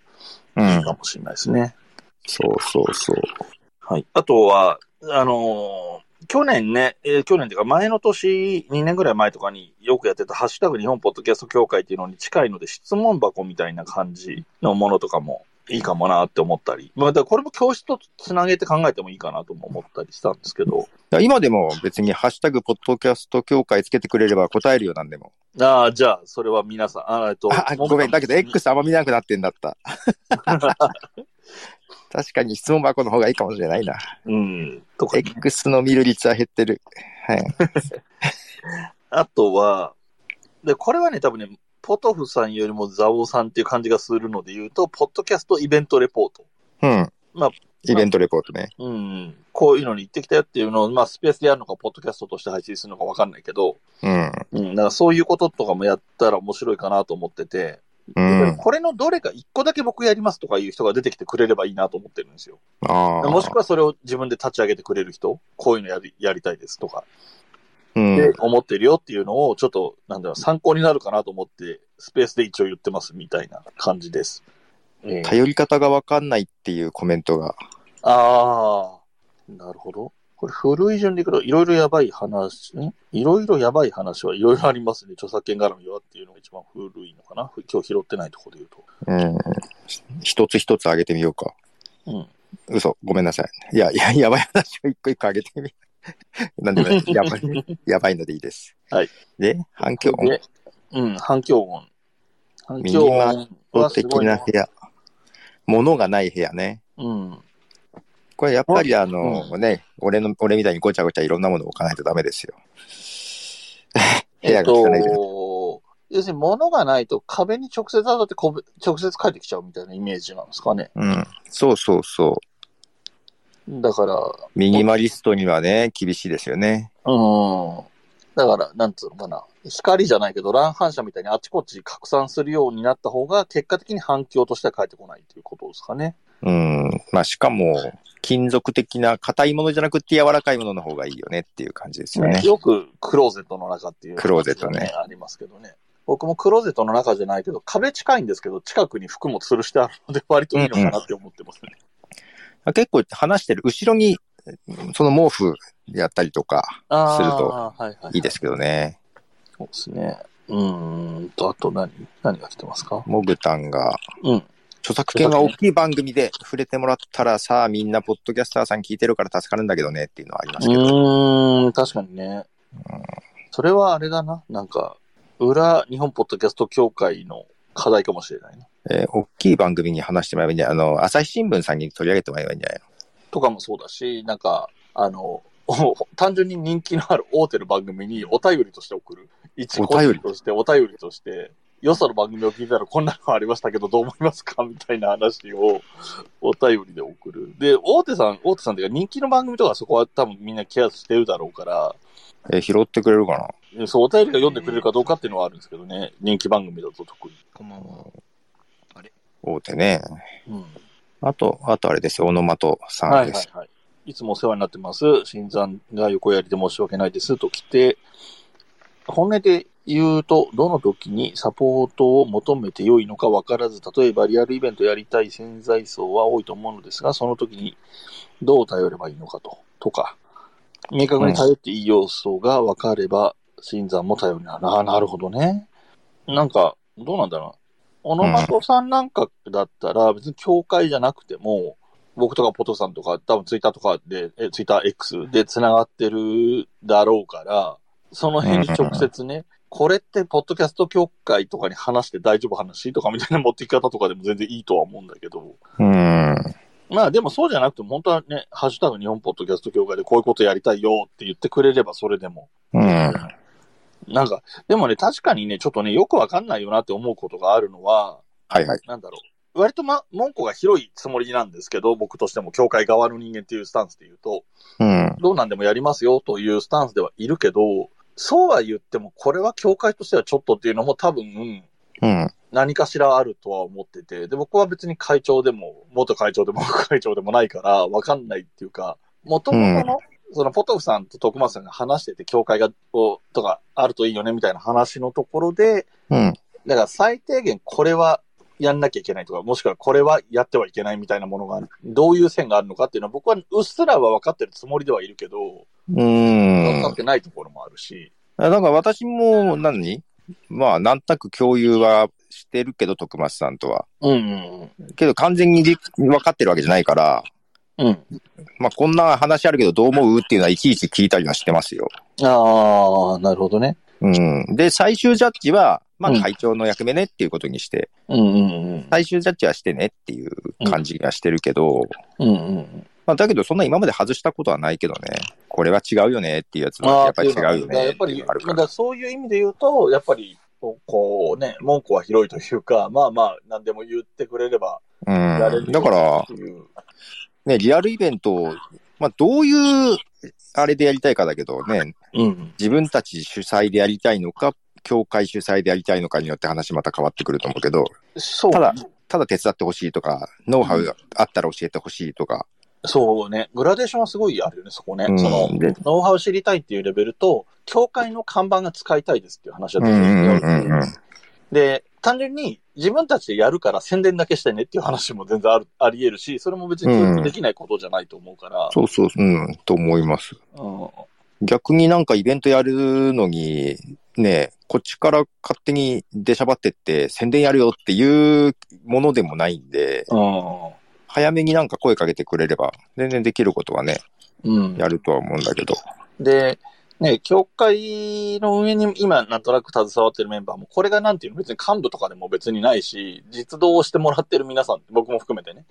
[SPEAKER 3] う
[SPEAKER 1] いい
[SPEAKER 3] ん。
[SPEAKER 1] かもしれないですね。
[SPEAKER 3] そうそうそう。
[SPEAKER 1] はい。あとは、あのー去年ね、えー去年っていうか前の年、2年ぐらい前とかによくやってたハッシュタグ日本ポッドキャスト協会っていうのに近いので質問箱みたいな感じのものとかもいいかもなって思ったり、またこれも教室とつなげて考えてもいいかなとも思ったりしたんですけど、
[SPEAKER 3] 今でも別にハッシュタグポッドキャスト協会つけてくれれば答えるよなんでも。
[SPEAKER 1] ああ、じゃあ、それは皆さん、あーえっと、
[SPEAKER 3] あ、ごめん。だけど X あんま見なくなってんだった。確かに質問箱の方がいいかもしれないな。
[SPEAKER 1] うん、とか、
[SPEAKER 3] X の見る率は減ってる。はい。
[SPEAKER 1] あとは、で、これはね、多分ね、ポトフさんよりもザオさんっていう感じがするので言うと、ポッドキャストイベントレポート。
[SPEAKER 3] うん。
[SPEAKER 1] まあ
[SPEAKER 3] イベントレポートね。
[SPEAKER 1] うん。こういうのに行ってきたよっていうのを、まあ、スペースでやるのか、ポッドキャストとして配信するのかわかんないけど、
[SPEAKER 3] うん。
[SPEAKER 1] うん。だからそういうこととかもやったら面白いかなと思ってて、
[SPEAKER 3] うん。
[SPEAKER 1] これのどれか一個だけ僕やりますとかいう人が出てきてくれればいいなと思ってるんですよ。
[SPEAKER 3] ああ。
[SPEAKER 1] もしくはそれを自分で立ち上げてくれる人、こういうのやりやりたいですとか、
[SPEAKER 3] うん。
[SPEAKER 1] で思ってるよっていうのを、ちょっと、なんだろう、参考になるかなと思って、スペースで一応言ってますみたいな感じです。えー
[SPEAKER 3] 頼り方がわかんないっていうコメントが。
[SPEAKER 1] ああ、なるほど。これ古い順でいくと、いろいろやばい話、んいろいろやばい話はいろいろありますね。著作権絡みはっていうのが一番古いのかな。今日拾ってないところで言うと。
[SPEAKER 3] うん。一つ一つ上げてみようか。
[SPEAKER 1] うん。
[SPEAKER 3] 嘘、ごめんなさい。いや、いや、やばい話を一個一個上げてみ。 (laughs) なんでもないやばい、
[SPEAKER 1] (laughs)
[SPEAKER 3] やばいのでいいです。
[SPEAKER 1] はい。
[SPEAKER 3] で、反響音
[SPEAKER 1] で、うん、反響音。反響音はす
[SPEAKER 3] 的
[SPEAKER 1] ごい
[SPEAKER 3] な
[SPEAKER 1] な
[SPEAKER 3] 部。屋。物がない部屋ね。
[SPEAKER 1] うん。
[SPEAKER 3] これやっぱりあの、ね、俺の、俺みたいにごちゃごちゃいろんなものを置かないとダメですよ。 (laughs) 部
[SPEAKER 1] え
[SPEAKER 3] 屋
[SPEAKER 1] っ
[SPEAKER 3] が汚い部屋
[SPEAKER 1] と、要するに物がないと壁に直接当たってこぶ直接帰ってきちゃうみたいなイメージなんですかね。
[SPEAKER 3] うん。そうそうそ
[SPEAKER 1] だから、
[SPEAKER 3] う。ミニマリストにはね、厳しいですよね。
[SPEAKER 1] うん。だから、なんつうのかな。光じゃないけど、乱反射みたいにあちこち拡散するようになった方が、結果的に反響としては返ってこないということですかね。
[SPEAKER 3] うん。まあ、しかも、金属的な硬いものじゃなくて柔らかいものの方がいいよねっていう感じですよね。
[SPEAKER 1] よくクローゼットの中っていう、
[SPEAKER 3] クローゼットね
[SPEAKER 1] ありますけどね。僕もクローゼットの中じゃないけど、壁近いんですけど、近くに服も吊るしてあるので、割といいのかなって思ってますね。
[SPEAKER 3] 結構話してる後ろに、その毛布やったりとか、
[SPEAKER 1] あー
[SPEAKER 3] すると
[SPEAKER 1] はいはい、
[SPEAKER 3] いいですけどね。
[SPEAKER 1] そうですね。うーんと、あと何何が来てますか
[SPEAKER 3] モグタンが、
[SPEAKER 1] うん。
[SPEAKER 3] 著作権が大きい番組で触れてもらったら、さあみんなポッドキャスターさん聞いてるから助かるんだけどねっていうのはありますけど。
[SPEAKER 1] うーん、確かにね。それはあれだな。なんか、裏日本ポッドキャスト協会の課題かもしれないな。
[SPEAKER 3] えー大きい番組に話してもらえばいいんじゃないあの、朝日新聞さんに取り上げてもらえばいいんじゃない
[SPEAKER 1] とかもそうだし、なんか、あの、 (laughs) お単純に人気のある大手の番組にお便りとして送る。一
[SPEAKER 3] お
[SPEAKER 1] 個
[SPEAKER 3] 便り
[SPEAKER 1] 人として、お便りとして、よその番組を聞いたらこんなのありましたけどどう思いますかみたいな話をお便りで送る。で、大手さん、大手さんっていうか人気の番組とかそこは多分みんなケアしてるだろうから、
[SPEAKER 3] えー拾ってくれるかな
[SPEAKER 1] そう、お便りが読んでくれるかどうかっていうのはあるんですけどね。人気番組だと特に。
[SPEAKER 4] こんばんは。
[SPEAKER 3] 大手ね。
[SPEAKER 1] うん。
[SPEAKER 3] あと、あとあれですよ、オノマトさ
[SPEAKER 1] は
[SPEAKER 3] ん
[SPEAKER 1] い
[SPEAKER 3] で
[SPEAKER 1] はい
[SPEAKER 3] す。
[SPEAKER 1] はい。いつもお世話になってます。新山が横やりで申し訳ないですと来て、本音で言うと、どの時にサポートを求めて良いのか分からず、例えばリアルイベントやりたい潜在層は多いと思うのですが、その時にどう頼ればいいのかと、とか、明確に頼っていい要素が分かれば、新山も頼りになる。ああ、なるほどね。なんか、どうなんだろうな。オノマトさんなんかだったら、別に教会じゃなくても、僕とかポトさんとか、多分ツイッターとかで、えツイッター X で繋がってるだろうから、その辺に直接ね、これってポッドキャスト協会とかに話して大丈夫話とかみたいな持ってき方とかでも全然いいとは思うんだけど、
[SPEAKER 3] うん。
[SPEAKER 1] まあでもそうじゃなくても本当はね、ハッシュタグ日本ポッドキャスト協会でこういうことやりたいよって言ってくれればそれでも
[SPEAKER 3] うん。
[SPEAKER 1] なんか、でもね、確かにね、ちょっとね、よくわかんないよなって思うことがあるのは、
[SPEAKER 3] はいはい。
[SPEAKER 1] なんだろう。割と、ま、文句が広いつもりなんですけど、僕としても、教会側の人間っていうスタンスで言うと、
[SPEAKER 3] うん。
[SPEAKER 1] どうなんでもやりますよというスタンスではいるけど、そうは言っても、これは教会としてはちょっとっていうのも多分、
[SPEAKER 3] うん。
[SPEAKER 1] 何かしらあるとは思ってて、で、僕は別に会長でも、元会長でも副会長でもないから、わかんないっていうか、元々の、そのポトフさんと徳松さんが話してて、教会が、こうとか、あるといいよね、みたいな話のところで、
[SPEAKER 3] うん。
[SPEAKER 1] だから最低限これはやんなきゃいけないとか、もしくはこれはやってはいけないみたいなものが、どういう線があるのかっていうのは、僕はうっすらは分かってるつもりではいるけど、
[SPEAKER 3] うん
[SPEAKER 1] 分かっ。てないところもあるし、
[SPEAKER 3] あなんか私も何、まあ、なんとなく共有はしてるけど、徳松さんとは。
[SPEAKER 1] うん、うん
[SPEAKER 3] けど、完全に理分かってるわけじゃないから、
[SPEAKER 1] うん、うん。
[SPEAKER 3] まあ、こんな話あるけど、どう思うっていうのは、いちいち聞いたりはしてますよ。
[SPEAKER 1] ああ、なるほどね。
[SPEAKER 3] うん。で、最終ジャッジは、ま
[SPEAKER 1] うん
[SPEAKER 3] あ、会長の役目ねっていうことにして、
[SPEAKER 1] うん、うん、
[SPEAKER 3] 最終ジャッジはしてねっていう感じがしてるけど、
[SPEAKER 1] うん。うん、うん。
[SPEAKER 3] まあ、だけど、そんな今まで外したことはないけどね。これは違うよねっていうやつは、やっぱり違うよね
[SPEAKER 1] や
[SPEAKER 3] っ
[SPEAKER 1] ってぱ
[SPEAKER 3] いう
[SPEAKER 1] り、
[SPEAKER 3] のが
[SPEAKER 1] だ
[SPEAKER 3] あるか。
[SPEAKER 1] かららそういう意味で言うと、やっぱり、こうね、文句は広いというか、まあまあ、何でも言ってくれればやれ
[SPEAKER 3] う
[SPEAKER 1] る
[SPEAKER 3] ん。だから
[SPEAKER 1] っ、ていう
[SPEAKER 3] ね、リアルイベントを、まあ、どういう、あれでやりたいかだけどね、
[SPEAKER 1] うん。
[SPEAKER 3] 自分たち主催でやりたいのか、協会主催でやりたいのかによって話また変わってくると思うけど、
[SPEAKER 1] そう。
[SPEAKER 3] ただ、ただ手伝ってほしいとか、ノウハウがあったら教えてほしいとか、
[SPEAKER 1] そうね。グラデーションはすごいあるよね、そこね。
[SPEAKER 3] うん
[SPEAKER 1] その
[SPEAKER 3] で、
[SPEAKER 1] ノウハウ知りたいっていうレベルと、教会の看板が使いたいですっていう話だったんですよ
[SPEAKER 3] うんうんうんうん
[SPEAKER 1] で、単純に自分たちでやるから宣伝だけしてねっていう話も全然あるあり得るし、それも別に教育できないことじゃないと思うから、
[SPEAKER 3] そうそう、うん、と思います。
[SPEAKER 1] うん
[SPEAKER 3] 逆になんかイベントやるのに、ね、こっちから勝手に出しゃばってって宣伝やるよっていうものでもないんで、早めになんか声かけてくれれば、全然できることはね、
[SPEAKER 1] うん
[SPEAKER 3] やるとは思うんだけど。
[SPEAKER 1] で、ね、教会の運営に今なんとなく携わってるメンバーも、これがなんていうの別に幹部とかでも別にないし、実動をしてもらってる皆さん、僕も含めてね、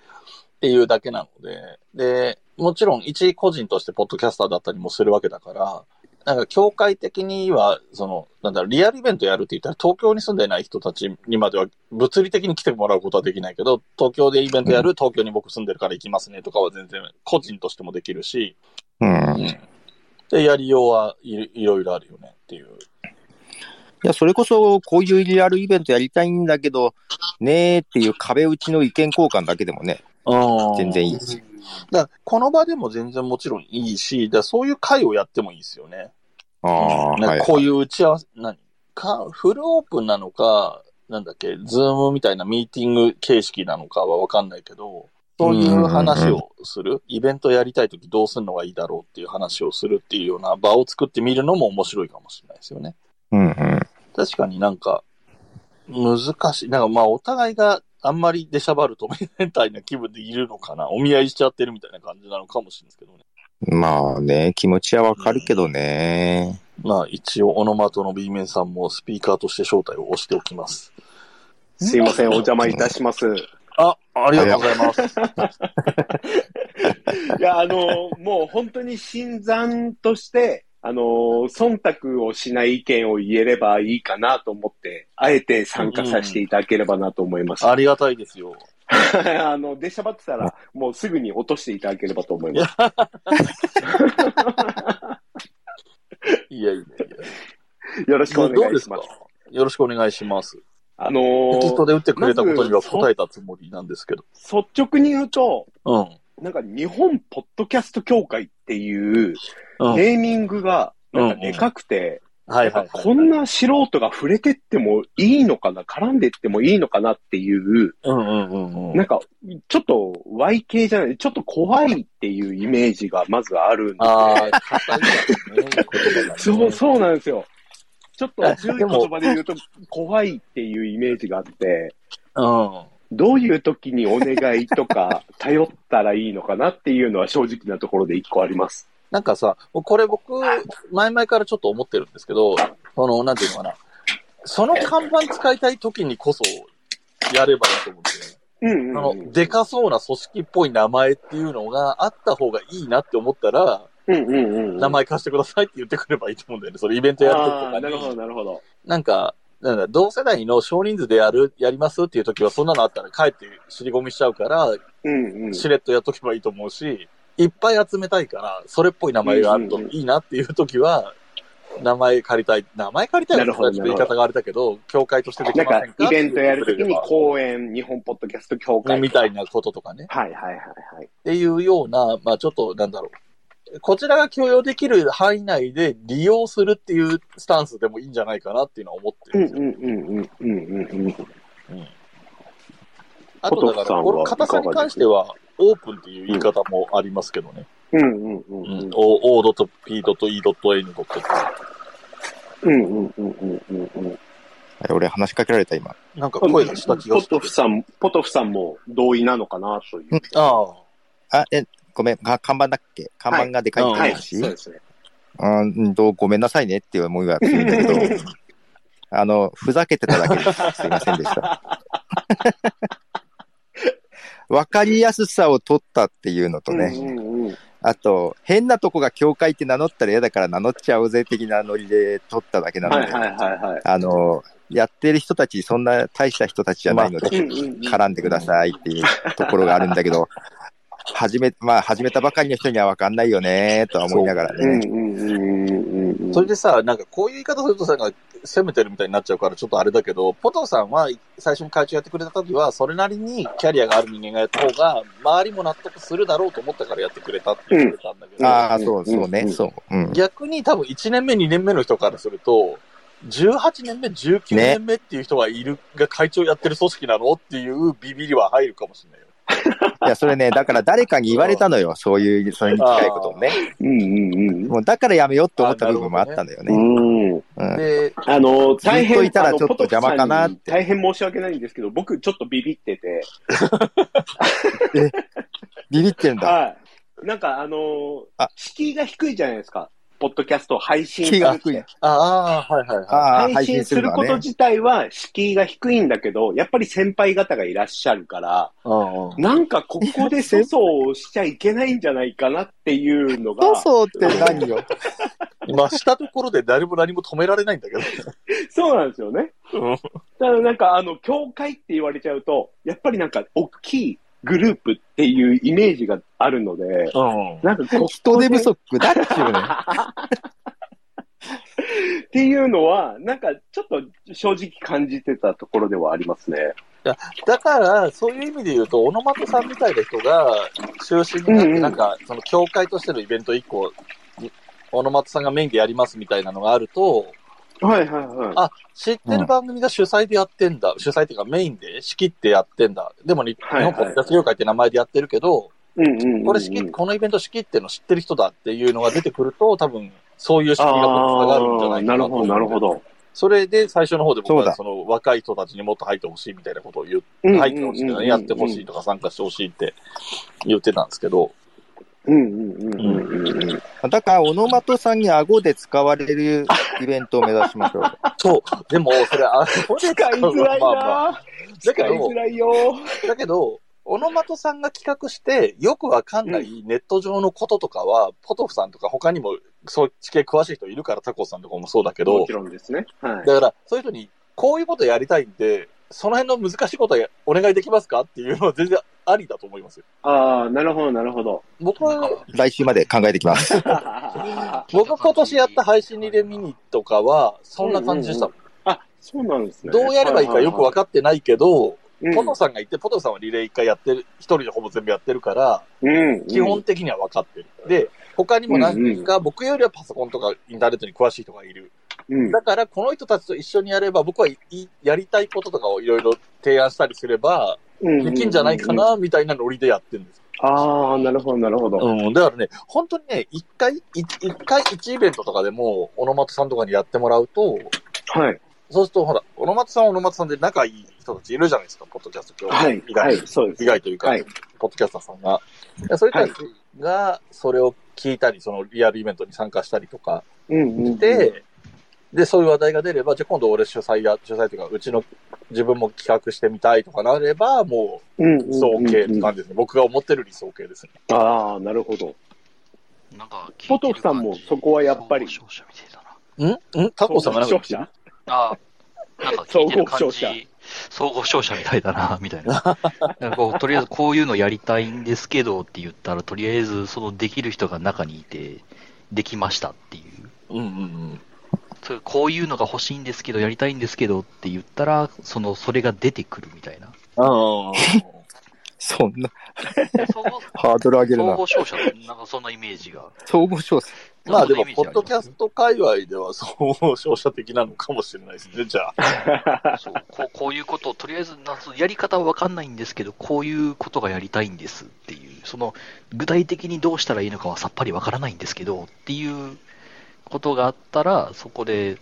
[SPEAKER 1] っていうだけなので、で、もちろん一個人としてポッドキャスターだったりもするわけだから、なんか教会的には、その、なんだろう、リアルイベントやるって言ったら東京に住んでない人たちにまでは物理的に来てもらうことはできないけど、東京でイベントやる、東京に僕住んでるから行きますねとかは全然個人としてもできるし、
[SPEAKER 3] うん。い
[SPEAKER 1] で、やりようはいいろいろあるよねっていう。
[SPEAKER 3] や、それこそこういうリアルイベントやりたいんだけど、ねーっていう壁打ちの意見交換だけでもね、全然いいし。
[SPEAKER 1] だからこの場でも全然もちろんいいし、だからそういう会をやってもいいですよね。
[SPEAKER 3] ああ、
[SPEAKER 1] な
[SPEAKER 3] は
[SPEAKER 1] ん
[SPEAKER 3] い
[SPEAKER 1] か。こういう打ち合わせ、何か、フルオープンなのか、なんだっけ、ズームみたいなミーティング形式なのかはわかんないけど、そういう話をする、イベントやりたいときどうするのがいいだろうっていう話をするっていうような場を作ってみるのも面白いかもしれないですよね。
[SPEAKER 3] うんうん。
[SPEAKER 1] 確かになんか、難しい。なんかまあ、お互いがあんまり出しゃばるとみたいな気分でいるのかな。お見合いしちゃってるみたいな感じなのかもしれないですけどね。
[SPEAKER 3] まあね、気持ちはわかるけどね。
[SPEAKER 1] まあ、一応、オノマトの B 面さんもスピーカーとして招待を押しておきます。
[SPEAKER 4] すいません、お邪魔いたします。
[SPEAKER 1] あ、ありがとうございます。
[SPEAKER 4] いや、あの、もう本当に新参として、あの、忖度をしない意見を言えればいいかなと思って、あえて参加させていただければなと思います。
[SPEAKER 1] ありがたいですよ。
[SPEAKER 4] (laughs) あの、出しゃばってたら、もうすぐに落としていただければと思います。
[SPEAKER 1] いやいやい
[SPEAKER 4] よろしくお
[SPEAKER 1] や。ど
[SPEAKER 4] 願
[SPEAKER 1] う
[SPEAKER 4] い
[SPEAKER 1] で
[SPEAKER 4] し
[SPEAKER 1] す
[SPEAKER 4] ま
[SPEAKER 1] か
[SPEAKER 4] す。
[SPEAKER 1] よろしくお願いします。
[SPEAKER 4] あの
[SPEAKER 1] テキスト
[SPEAKER 4] ー、
[SPEAKER 1] で打ってくれたことには答えたつもりなんですけど。
[SPEAKER 4] 率直に言うと、
[SPEAKER 1] うん。
[SPEAKER 4] なんか日本ポッドキャスト協会っていう
[SPEAKER 1] うん。はい
[SPEAKER 4] ネーミングがなんかでかくて、
[SPEAKER 1] はいはい。
[SPEAKER 4] こんな素人が触れてってもいいのかな、絡んでってもいいのかなっていう、
[SPEAKER 1] うんうんうんうん
[SPEAKER 4] なん。かちょっと Y 系じゃない、ちょっと怖いっていうイメージがまずあるんで、
[SPEAKER 1] ああ、硬いからね言葉がね (laughs)
[SPEAKER 4] そう、そうなんですよ。ちょっと強い
[SPEAKER 1] で
[SPEAKER 4] 言
[SPEAKER 1] も
[SPEAKER 4] 葉で言うと怖いっていうイメージがあって、
[SPEAKER 1] うん。
[SPEAKER 4] どういう時にお願い
[SPEAKER 1] (laughs)
[SPEAKER 4] とか頼ったらいいのかなっていうのは正直なところで一個あります。
[SPEAKER 1] なんかさ、これ僕、前々からちょっと思ってるんですけど、その、なんていうのかな。その看板使いたい時にこそ、やればいいと思うんですよね。
[SPEAKER 4] うん、
[SPEAKER 1] あの、でかそうな組織っぽい名前っていうのがあった方がいいなって思ったら、
[SPEAKER 4] うんうんうんうん。
[SPEAKER 1] 名前貸してくださいって言ってくればいいと思うんだよね。それイベントやるとき
[SPEAKER 4] あーなるほ
[SPEAKER 1] とか
[SPEAKER 4] ど、
[SPEAKER 1] に。
[SPEAKER 4] なるほど。
[SPEAKER 1] なんか、なんだ、同世代の少人数でやる、やりますっていう時は、そんなのあったら帰って尻込みしちゃうから、
[SPEAKER 4] うんうん。
[SPEAKER 1] しれっとやっとけばいいと思うし、いっぱい集めたいから、それっぽい名前があると
[SPEAKER 4] うんうんうん
[SPEAKER 1] いいなっていう時は、名前借りたい。名前借りたい
[SPEAKER 4] なる
[SPEAKER 1] は
[SPEAKER 4] ほど
[SPEAKER 1] ちょっと言い方があれだけど、協会としてでき
[SPEAKER 4] な
[SPEAKER 1] ま
[SPEAKER 4] ん
[SPEAKER 1] せんか
[SPEAKER 4] か、イベントやるときに
[SPEAKER 1] って言ってく
[SPEAKER 4] 公演、日本ポッドキャスト協
[SPEAKER 1] れれば
[SPEAKER 4] 会。
[SPEAKER 1] みたいなこととかね。
[SPEAKER 4] はいはいはいはい。
[SPEAKER 1] っていうような、まあちょっと、なんだろう。こちらが許容できる範囲内で利用するっていうスタンスでもいいんじゃないかなっていうのは思って
[SPEAKER 4] う
[SPEAKER 1] るん
[SPEAKER 4] ん
[SPEAKER 1] ですよ。
[SPEAKER 4] うんうんうんうんうんうん。
[SPEAKER 1] あと、だ
[SPEAKER 4] ポトフさ
[SPEAKER 1] から、
[SPEAKER 4] んは
[SPEAKER 1] この硬さに関しては、オープンっていう言い方もありますけどね。
[SPEAKER 4] うんうん
[SPEAKER 1] う
[SPEAKER 4] うんん。。
[SPEAKER 1] O- O.P.E.N. って。
[SPEAKER 4] うんうんうんうんうんうん。
[SPEAKER 3] 俺話しかけられた今。
[SPEAKER 1] なんか声がした気が
[SPEAKER 4] ポ
[SPEAKER 1] する
[SPEAKER 4] ト。フさん、ポトフさんも同意なのかなという。
[SPEAKER 1] ああ。
[SPEAKER 3] あ、え、ごめん、か看板だっけ看板がでかいって
[SPEAKER 4] はい、
[SPEAKER 3] 話、
[SPEAKER 4] そうですね。
[SPEAKER 3] あーうんと、ごめんなさいねっていう思いは強いんだけど、
[SPEAKER 4] (laughs)
[SPEAKER 3] あの、ふざけてただけです。すいませんでした。
[SPEAKER 4] (laughs)
[SPEAKER 3] わかりやすさを取ったっていうのとね、
[SPEAKER 4] うんうんうん。
[SPEAKER 3] あと、変なとこが教会って名乗ったら嫌だから名乗っちゃおうぜ的なノリで取っただけなの
[SPEAKER 4] は
[SPEAKER 3] で、
[SPEAKER 4] いはいはいはい。
[SPEAKER 3] あの、やってる人たち、そんな大した人たちじゃないので、
[SPEAKER 4] うんうんうん
[SPEAKER 3] 絡んでくださいっていうところがあるんだけど、始め、まあ、始めたばかりの人には分かんないよね、とは思いながら
[SPEAKER 4] うん
[SPEAKER 3] ね。
[SPEAKER 4] うんうんうんうん。
[SPEAKER 1] それでさ、なんかこういう言い方するとさ、なんか攻めてるみたいになっちゃうからちょっとあれだけど、ポトフさんは最初に会長やってくれた時は、それなりにキャリアがある人間がやった方が、周りも納得するだろうと思ったからやってくれたって言ってたんだけど、
[SPEAKER 3] ああ、そう
[SPEAKER 4] うん
[SPEAKER 3] そうね、
[SPEAKER 4] うん
[SPEAKER 3] そう。うん。
[SPEAKER 1] 逆に多分1年目、2年目の人からすると、 18年目、19
[SPEAKER 3] ね
[SPEAKER 1] 年目っていう人がいる、が会長やってる組織なのっていうビビりは入るかもしれないよ。
[SPEAKER 3] いや、それね、だから誰かに言われたのよ。そういう、それに近いことをね。
[SPEAKER 4] うんうん
[SPEAKER 3] もうだからやめようって思った部分もあったんだよ
[SPEAKER 4] う
[SPEAKER 3] ね。
[SPEAKER 4] ん。うん。
[SPEAKER 3] うん
[SPEAKER 1] で、
[SPEAKER 4] あの、大
[SPEAKER 3] ずっと
[SPEAKER 4] 変、
[SPEAKER 3] いたら
[SPEAKER 4] あの
[SPEAKER 3] ちょっと邪魔かなって
[SPEAKER 4] ポトフさんに大変申し訳ないんですけど、僕ちょっとビビってて、
[SPEAKER 3] ビビってるんだ。
[SPEAKER 4] はい。なんかあの
[SPEAKER 3] あ、
[SPEAKER 4] 敷居が低いじゃないですか。ポッドキャストを配信
[SPEAKER 3] 気が低い。
[SPEAKER 1] ああ、はいはいはい。
[SPEAKER 3] ああ、
[SPEAKER 4] 配
[SPEAKER 3] 配
[SPEAKER 4] 信
[SPEAKER 3] 信
[SPEAKER 4] す
[SPEAKER 3] す
[SPEAKER 4] る
[SPEAKER 3] る
[SPEAKER 4] の
[SPEAKER 3] の
[SPEAKER 4] はねするこ
[SPEAKER 3] は
[SPEAKER 4] と
[SPEAKER 3] ね。
[SPEAKER 4] 自体は敷居が低いんだけど、やっぱり先輩方がいらっしゃるから、
[SPEAKER 1] うんうん
[SPEAKER 4] なんかここで粗相をしちゃいけないんじゃないかなっていうのが、
[SPEAKER 3] そうそうって何よ。
[SPEAKER 1] 今、したところで誰も何も止められないんだけど。
[SPEAKER 4] そうなんですよね。
[SPEAKER 1] うん
[SPEAKER 4] ただなんかあの、教会って言われちゃうと、やっぱりなんか大きいグループっていうイメージがあるので、
[SPEAKER 1] うん。
[SPEAKER 4] なんかここで
[SPEAKER 3] 人手不足だっちゅうね。
[SPEAKER 4] っていうのは、なんかちょっと正直感じてたところではありますね。
[SPEAKER 1] だから、そういう意味で言うと、オノマトさんみたいな人が中心になっ
[SPEAKER 4] うんう
[SPEAKER 1] て、
[SPEAKER 4] ん
[SPEAKER 1] なんか、その、教会としてのイベント以降、オノマトさんがメインでやりますみたいなのがあると、
[SPEAKER 4] はいはいはい。
[SPEAKER 1] あ、知ってる番組が主催でやってんだ。主催っていうかメインで仕切ってやってんだ。でも日
[SPEAKER 4] はいはい
[SPEAKER 1] 本ポッドキャスト業界って名前でやってるけど、
[SPEAKER 4] うんうんうんうん
[SPEAKER 1] これ仕切このイベント仕切ってんの知ってる人だっていうのが出てくると、多分、そういう仕切りが下がるんじゃないか
[SPEAKER 4] あ
[SPEAKER 1] なと
[SPEAKER 4] ーなる
[SPEAKER 1] 思
[SPEAKER 4] ほ
[SPEAKER 1] う
[SPEAKER 4] ど、なるほど。
[SPEAKER 1] それで最初の方で僕
[SPEAKER 3] そうだ
[SPEAKER 1] はその若い人たちにもっと入ってほしいみたいなことを言って、入ってほしいとか、やってほしいとか参加してほしいって言ってたんですけど、
[SPEAKER 4] うんうんうんうんうんうん。
[SPEAKER 3] だから、オノマトさんに顎で使われるイベントを目指しましょう。
[SPEAKER 1] そう、でもそれ、あ、これ
[SPEAKER 4] 使いづらい
[SPEAKER 1] まあまあ
[SPEAKER 4] なぁ。
[SPEAKER 1] だ
[SPEAKER 4] 使
[SPEAKER 1] け
[SPEAKER 4] いづ
[SPEAKER 1] ど、
[SPEAKER 4] らいよ
[SPEAKER 1] だけど、オノマトさんが企画して、よくわかんないネット上のこととかは、ポトフさんとか他にも、そっち系詳しい人いるから、タコさんとかもそうだけど
[SPEAKER 4] もち、ろんですね。はい。
[SPEAKER 1] だから、そういう人に、こういうことやりたいんで、その辺の難しいことやお願いできますかっていうのは全然ありだと思いますよ。
[SPEAKER 4] ああ、なるほど、なるほど。
[SPEAKER 1] 僕は、
[SPEAKER 3] 来週まで考えてきます。
[SPEAKER 4] (laughs) あ、
[SPEAKER 1] 僕今年やった配信リレミニとかは、そんな感じでしたもん。
[SPEAKER 4] そうなんですね。
[SPEAKER 1] どうやればいいかよくわか
[SPEAKER 4] か
[SPEAKER 1] ってないけど、
[SPEAKER 4] る
[SPEAKER 1] ポトフさんがいて、ポトフさんはリレー一回やってる、一人でほぼ全部やってるから、
[SPEAKER 4] うん。
[SPEAKER 1] 基本的には分かってる。で、他にも何人か、僕よりはパソコンとかインターネットに詳しい人がいる。
[SPEAKER 4] うん。
[SPEAKER 1] だから、この人たちと一緒にやれば、僕はいいやりたいこととかをいろいろ提案したりすれば、
[SPEAKER 4] うん
[SPEAKER 1] できんじゃないか。な、みたいなノリでやってるんです。
[SPEAKER 4] ああ、なるほど、なるほど。
[SPEAKER 1] うん、だからね、本当にね、一回、い一回一イベントとかでも、オノマトさんとかにやってもらうと、
[SPEAKER 4] はい。
[SPEAKER 1] そうすると、ほら、オノマトさんはオノマトさんで仲いい人たちいるじゃないですか、ポッドキャスト今日。
[SPEAKER 4] はい
[SPEAKER 1] 意。外
[SPEAKER 4] は
[SPEAKER 1] に
[SPEAKER 4] い。そうです。
[SPEAKER 1] 被害というか、
[SPEAKER 4] はい
[SPEAKER 1] ポッドキャスターさんが。でそれたちが、それを聞いたり、そのリアルイベントに参加したりとか
[SPEAKER 4] うんうん。
[SPEAKER 1] で、で、そういう話題が出れば、じゃあ今度俺主催や、主催というか、うちの自分も企画してみたいとかなれば、も
[SPEAKER 4] うんうん。
[SPEAKER 1] う、総計って感じですね。僕が思ってる理想形ですね。
[SPEAKER 4] ああ、なるほど。
[SPEAKER 5] なんか聞
[SPEAKER 4] ポ
[SPEAKER 5] いて
[SPEAKER 4] ト
[SPEAKER 5] る感じ、
[SPEAKER 4] フさんもそこはやっぱり
[SPEAKER 5] 総合商社みたいだ
[SPEAKER 1] んんタコさんがなんか言
[SPEAKER 4] 総
[SPEAKER 1] ってる
[SPEAKER 4] 合商社
[SPEAKER 5] な。あーなんか聞いてる
[SPEAKER 4] 総
[SPEAKER 5] 感
[SPEAKER 4] 合商社
[SPEAKER 5] じ、総合商社みたいだな、みたいな。
[SPEAKER 4] (laughs)
[SPEAKER 5] なんかこう、とりあえずこういうのやりたいんですけどって言ったら、とりあえずそのできる人が中にいて、できましたってい
[SPEAKER 1] う
[SPEAKER 5] う。
[SPEAKER 1] んうん
[SPEAKER 5] それこういうのが欲しいんですけど、やりたいんですけどって言ったら、その、それが出てくるみたい
[SPEAKER 1] (laughs)
[SPEAKER 5] な。
[SPEAKER 1] うん。あ
[SPEAKER 3] そんな、
[SPEAKER 5] で総合
[SPEAKER 3] ハードル上げる
[SPEAKER 5] 総
[SPEAKER 3] な。
[SPEAKER 5] 合商社なんかそんなイメージが。
[SPEAKER 3] 総合調査。
[SPEAKER 1] あ。まあでも
[SPEAKER 5] そんなイメ、ージ
[SPEAKER 1] ポ
[SPEAKER 5] あ
[SPEAKER 1] ッ
[SPEAKER 5] り
[SPEAKER 1] ド
[SPEAKER 5] ます
[SPEAKER 1] キャスト界隈では、そう、商社的なのかもしれないですね、じゃあ。
[SPEAKER 5] そうこうこういうことを、とりあえずなんかそのやり方は分かんないんですけど、こういうことがやりたいんですっていう、その具体的にどうしたらいいのかはさっぱり分からないんですけどっていうことがあったら、そこで、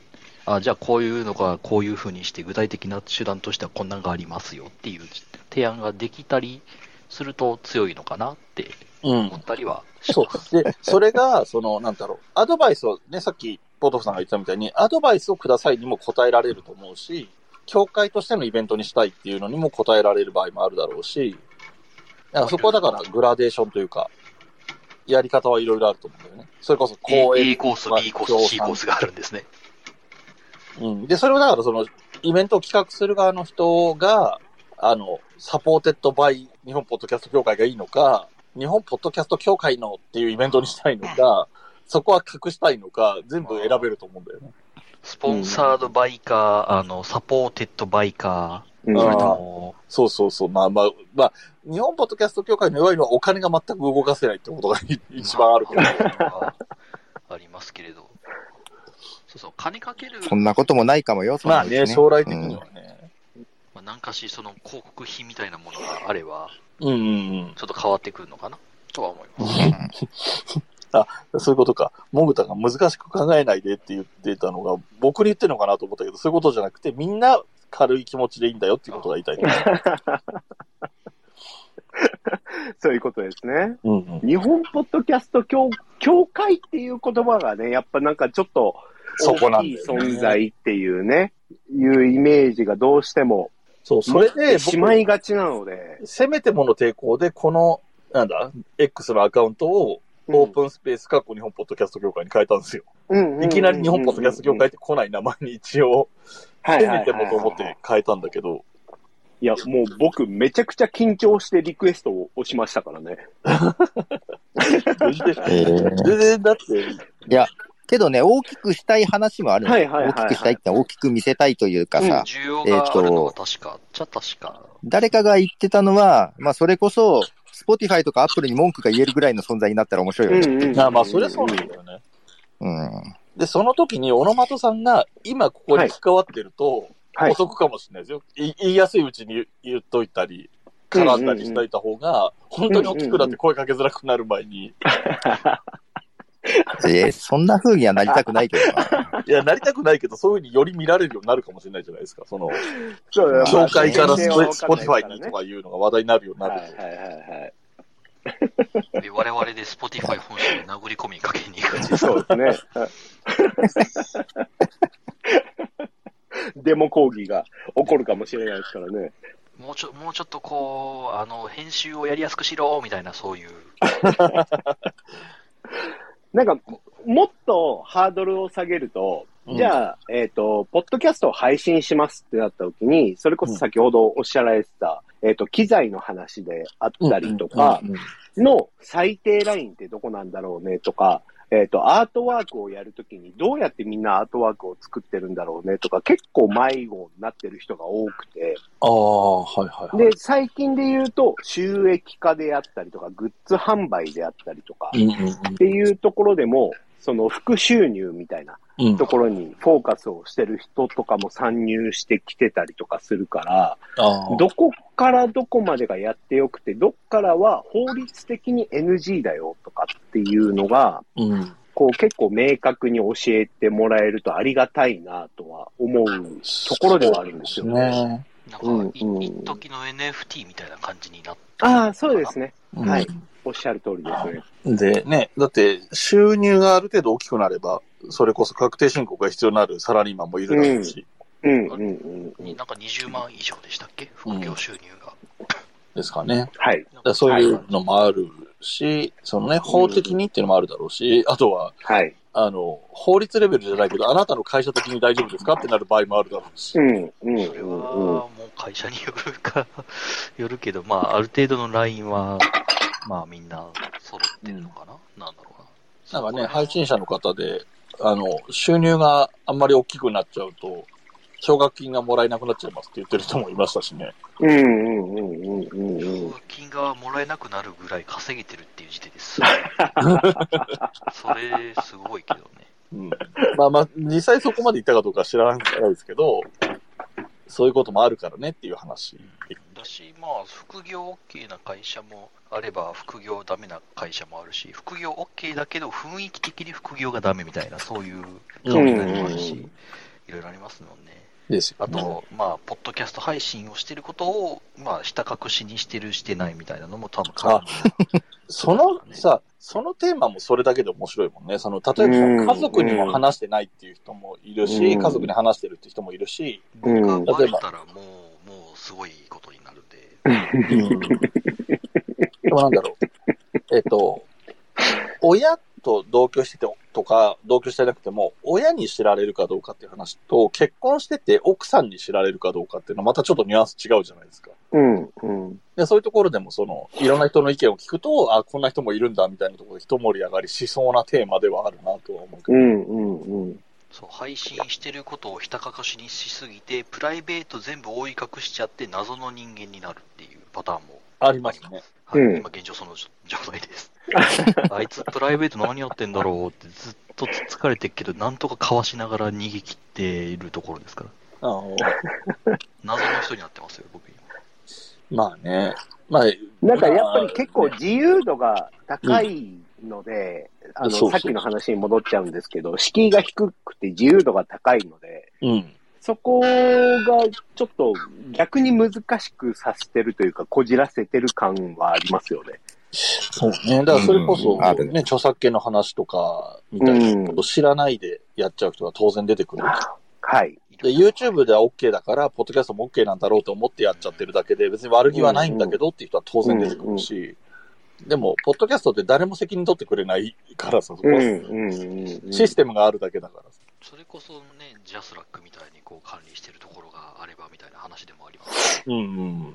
[SPEAKER 5] あじゃあこういうのがこういうふうにして、具体的な手段としてはこんなんがありますよっていう提案ができたりすると強いのかなって
[SPEAKER 1] うん
[SPEAKER 5] 思ったりはし
[SPEAKER 1] そ
[SPEAKER 5] ます。
[SPEAKER 1] う。で、それが、その、なんだろう、アドバイスをね、さっき、ポトフさんが言ってたみたいに、アドバイスをくださいにも答えられると思うし、協会としてのイベントにしたいっていうのにも答えられる場合もあるだろうし、だからそこはだからグラデーションというか、やり方はいろいろあると思うんだよね。それこそ公
[SPEAKER 5] A,
[SPEAKER 1] 演
[SPEAKER 5] A コース、
[SPEAKER 1] まあ
[SPEAKER 5] B コ
[SPEAKER 1] 協
[SPEAKER 5] ース、
[SPEAKER 1] 賛
[SPEAKER 5] C コースがあるんですね。
[SPEAKER 1] うん。で、それをだからその、イベントを企画する側の人が、あの、サポーテッドバイ日本ポッドキャスト協会がいいのか、日本ポッドキャスト協会のっていうイベントにしたいのか、そこは隠したいのか、全部選べると思うんだよね。
[SPEAKER 5] スポンサードバイカー、あの、サポーテッドバイカ
[SPEAKER 4] う
[SPEAKER 5] ー、それと
[SPEAKER 1] あ
[SPEAKER 5] も、
[SPEAKER 1] そうそうそう。まあまあ、まあ、日本ポッドキャスト協会の弱いのはお金が全く動かせないってことが一番あるけど。
[SPEAKER 5] まあありますけれど。そうそう、金かける、
[SPEAKER 3] そんなこともないかもよ、そん
[SPEAKER 1] ま
[SPEAKER 3] な
[SPEAKER 1] あ
[SPEAKER 3] うち
[SPEAKER 1] ね、将来的にはね。
[SPEAKER 5] まあ、何かしその広告費みたいなものがあれば、
[SPEAKER 1] うん、うん、
[SPEAKER 5] ちょっと変わってくるのかなとは思います。
[SPEAKER 3] うん
[SPEAKER 1] うん。そういうことか。モグタが難しく考えないでって言ってたのが、僕に言ってるのかなと思ったけど、そういうことじゃなくて、みんな軽い気持ちでいいんだよっていうことが言いたいと思
[SPEAKER 4] そういうことですね。
[SPEAKER 1] う。うん、うん。
[SPEAKER 4] 日本ポッドキャスト協協会っていう言葉がね、やっぱなんかちょっと
[SPEAKER 1] そこな
[SPEAKER 4] 大
[SPEAKER 1] ん
[SPEAKER 4] きい
[SPEAKER 1] だよね
[SPEAKER 4] 存在っていうね、いうイメージがどうしても
[SPEAKER 1] そう、そ
[SPEAKER 4] 持
[SPEAKER 1] れ
[SPEAKER 4] って
[SPEAKER 1] で、
[SPEAKER 4] しまいがちなので、
[SPEAKER 1] せめてもの抵抗で、この、なんだ、X のアカウントを、
[SPEAKER 4] うん
[SPEAKER 1] オープンスペースかっこ日本ポッドキャスト協会に変えたんですよ。
[SPEAKER 4] うんうんうんうん
[SPEAKER 1] いきなり日本ポッドキャスト協会って来ない名前に一応、
[SPEAKER 4] は
[SPEAKER 1] せ
[SPEAKER 4] いはい
[SPEAKER 1] め
[SPEAKER 4] はい
[SPEAKER 1] て
[SPEAKER 4] はい
[SPEAKER 1] もと思って変えたんだけど、
[SPEAKER 4] いや、もう僕めちゃくちゃ緊張してリクエストを押しましたからね。
[SPEAKER 1] 全然
[SPEAKER 3] えー
[SPEAKER 1] 全然だって、
[SPEAKER 3] けどね、大きくしたい話もあるの
[SPEAKER 4] はいはいはいはい
[SPEAKER 3] 大きくしたいってのは大きく見せたいというかさ、
[SPEAKER 5] 需要があるのは確か、じゃ確か。
[SPEAKER 3] 誰かが言ってたのは、まあそれこそ、Spotify とか Apple に文句が言えるぐらいの存在になったら面白いよね。
[SPEAKER 4] ん
[SPEAKER 1] あまあ、そりゃそうなんだよね。
[SPEAKER 3] うん。
[SPEAKER 1] で、その時に、オノマトさんが、今ここに関わってると、
[SPEAKER 4] はい
[SPEAKER 1] 遅くかもしれないですよ。い言いやすいうちに言っといたり、絡んだりしといた方が、本当に大きくなって声かけづらくなる前に、
[SPEAKER 3] えーそんな風にはなりたくないけど (laughs) な。
[SPEAKER 1] いや、なりたくないけど、そういうふうにより見られるようになるかもしれないじゃないですか。その、 (laughs)
[SPEAKER 4] そうだよ
[SPEAKER 1] 業界からス
[SPEAKER 4] まあ
[SPEAKER 1] ポスポティファイにと
[SPEAKER 4] は
[SPEAKER 1] かいうのが話題になるように
[SPEAKER 4] い
[SPEAKER 1] な
[SPEAKER 4] はい
[SPEAKER 1] る。
[SPEAKER 4] はいはい。
[SPEAKER 5] で我々で Spotify 本社に殴り込みかけに行くんです。
[SPEAKER 4] そうですね。
[SPEAKER 1] (laughs)
[SPEAKER 4] デモ抗議が起こるかもしれないですからね。
[SPEAKER 5] もうちょ、もうちょっとこう、あの、編集をやりやすくしろ、みたいな、そういう。
[SPEAKER 4] なんか、もっとハードルを下げると、
[SPEAKER 1] うん
[SPEAKER 4] じゃあ、えっ、と、ポッドキャストを配信しますってなった時に、それこそ先ほどおっしゃられてた、えっ、と、機材の話であったりとか
[SPEAKER 1] うんうんうん
[SPEAKER 4] の最低ラインってどこなんだろうねとか、えっ、と、アートワークをやるときにどうやってみんなアートワークを作ってるんだろうねとか、結構迷子になってる人が多くて、
[SPEAKER 1] ああ、はいはいはい。
[SPEAKER 4] で、最近で言うと、収益化であったりとか、グッズ販売であったりとか、
[SPEAKER 1] うんうん
[SPEAKER 4] っていうところでも、その副収入みたいな
[SPEAKER 1] うんうん
[SPEAKER 4] ところにフォーカスをしてる人とかも参入してきてたりとかするから、
[SPEAKER 1] あー
[SPEAKER 4] どこからどこまでがやってよくて、どっからは法律的に NG だよとかっていうのが、
[SPEAKER 1] うん
[SPEAKER 4] こう結構明確に教えてもらえるとありがたいなとは思うところではあるんですよね。
[SPEAKER 1] ね。
[SPEAKER 5] なん
[SPEAKER 4] うんう
[SPEAKER 5] か、
[SPEAKER 4] ん
[SPEAKER 5] い一時の NFT みたいな感じになった。
[SPEAKER 4] ああ、そうですね。
[SPEAKER 1] うん
[SPEAKER 4] はい。おっしゃる通りですね。
[SPEAKER 1] で、ね、だって、収入がある程度大きくなれば、それこそ確定申告が必要になるサラリーマンもいるだろうし、
[SPEAKER 4] うんうんうんうん。
[SPEAKER 5] なんか20万以上でしたっけ副業収入が。
[SPEAKER 1] ですかね。
[SPEAKER 4] はい。
[SPEAKER 1] だからそういうのもあるし、そのね、法的にっていうのもあるだろうし、あとは、
[SPEAKER 4] はい。
[SPEAKER 1] あの、法律レベルじゃないけど、あなたの会社的に大丈夫ですかってなる場合もあるだろうし
[SPEAKER 4] う。ん、うん、
[SPEAKER 5] それ
[SPEAKER 4] うん、うん。
[SPEAKER 5] はもう会社によるか、 (laughs) よるけど、まあ、ある程度のラインは、まあ、みんな揃ってるのかな、なんだろう
[SPEAKER 1] な
[SPEAKER 5] な。
[SPEAKER 1] んかね、
[SPEAKER 5] そこら
[SPEAKER 1] 配信者の方で、あの、収入があんまり大きくなっちゃうと、奨学金がもらえなくなっちゃいますって言ってる人もいましたしね。
[SPEAKER 4] うん、うん、うん、うん、う
[SPEAKER 5] 辺
[SPEAKER 4] ん。
[SPEAKER 5] は金がもらえなくなるぐらい稼げてるっていう時
[SPEAKER 4] (laughs)
[SPEAKER 5] 点です。それ、すごいけどね。
[SPEAKER 1] うん、 (laughs) まあまあ、実際そこまで行ったかどうかは知らないですけど、そういうこともあるからねっていう話。
[SPEAKER 5] だし、まあ、副業 OK な会社もあれば、副業ダメな会社もあるし、副業 OK だけど、雰囲気的に副業がダメみたいな、そういう考え方もある
[SPEAKER 4] うんうん
[SPEAKER 5] し、いろいろありますもんね。
[SPEAKER 1] ですよ
[SPEAKER 5] あと、まあ、ポッドキャスト配信をしてることを、まあ、ひた隠しにしてる、してないみたいなのも多分変わる
[SPEAKER 1] そのさ、そのテーマもそれだけで面白いもんね。その、例えばさ家族にも話してないっていう人もいるし、
[SPEAKER 4] うん
[SPEAKER 1] 家族に話してるって人もいるし、
[SPEAKER 4] うん
[SPEAKER 5] 僕がバレたらもう、もうすごいことになるんで、
[SPEAKER 1] でもなんだろう。えっと、親と同居しててとか、同居してなくても、親に知られるかどうかっていう話と、結婚してて奥さんに知られるかどうかっていうのはまたちょっとニュアンス違うじゃないですか。
[SPEAKER 4] うん、うん。
[SPEAKER 1] で、そういうところでも、その、いろんな人の意見を聞くと、あ、こんな人もいるんだ、みたいなところで一盛り上がりしそうなテーマではあるなとは思うけど。
[SPEAKER 4] うん、うん、うん。
[SPEAKER 5] そう、配信してることをひた隠しにしすぎて、プライベート全部覆い隠しちゃって、謎の人間になるっていう。パターンも
[SPEAKER 1] ありますね。
[SPEAKER 5] はい、
[SPEAKER 4] うん
[SPEAKER 5] 今現状その状状態です。あいつプライベート何やってんだろうってずっとつつかれてるけど、なんとかかわしながら逃げ切っているところですから。
[SPEAKER 1] あの
[SPEAKER 5] 謎の人になってますよ、僕今。
[SPEAKER 1] まあね。まあ、
[SPEAKER 4] なんかやっぱり結構自由度が高いので、あの、
[SPEAKER 1] そうそう
[SPEAKER 4] さっきの話に戻っちゃうんですけど、敷居が低くて自由度が高いので、
[SPEAKER 1] うん。
[SPEAKER 4] そこがちょっと逆に難しくさせてるというか、こじらせてる感はありますよね。
[SPEAKER 1] そうね。だからそれこそ、
[SPEAKER 3] うんある
[SPEAKER 1] ね、著作権の話とか、みたいなことを知らないでやっちゃう人が当然出てくる。
[SPEAKER 4] はい。
[SPEAKER 1] で、YouTube では OK だから、ポッドキャストも OK なんだろうと思ってやっちゃってるだけで、別に悪気はないんだけどっていう人は当然出てくるし、でも、ポッドキャストって誰も責任取ってくれないからさ、そこ
[SPEAKER 4] うん、
[SPEAKER 1] は
[SPEAKER 4] うん、うん。
[SPEAKER 1] システムがあるだけだからさ。
[SPEAKER 5] それこそね、ジャスラックみたいにこう管理してるところがあればみたいな話でもあります。
[SPEAKER 1] うん、うん。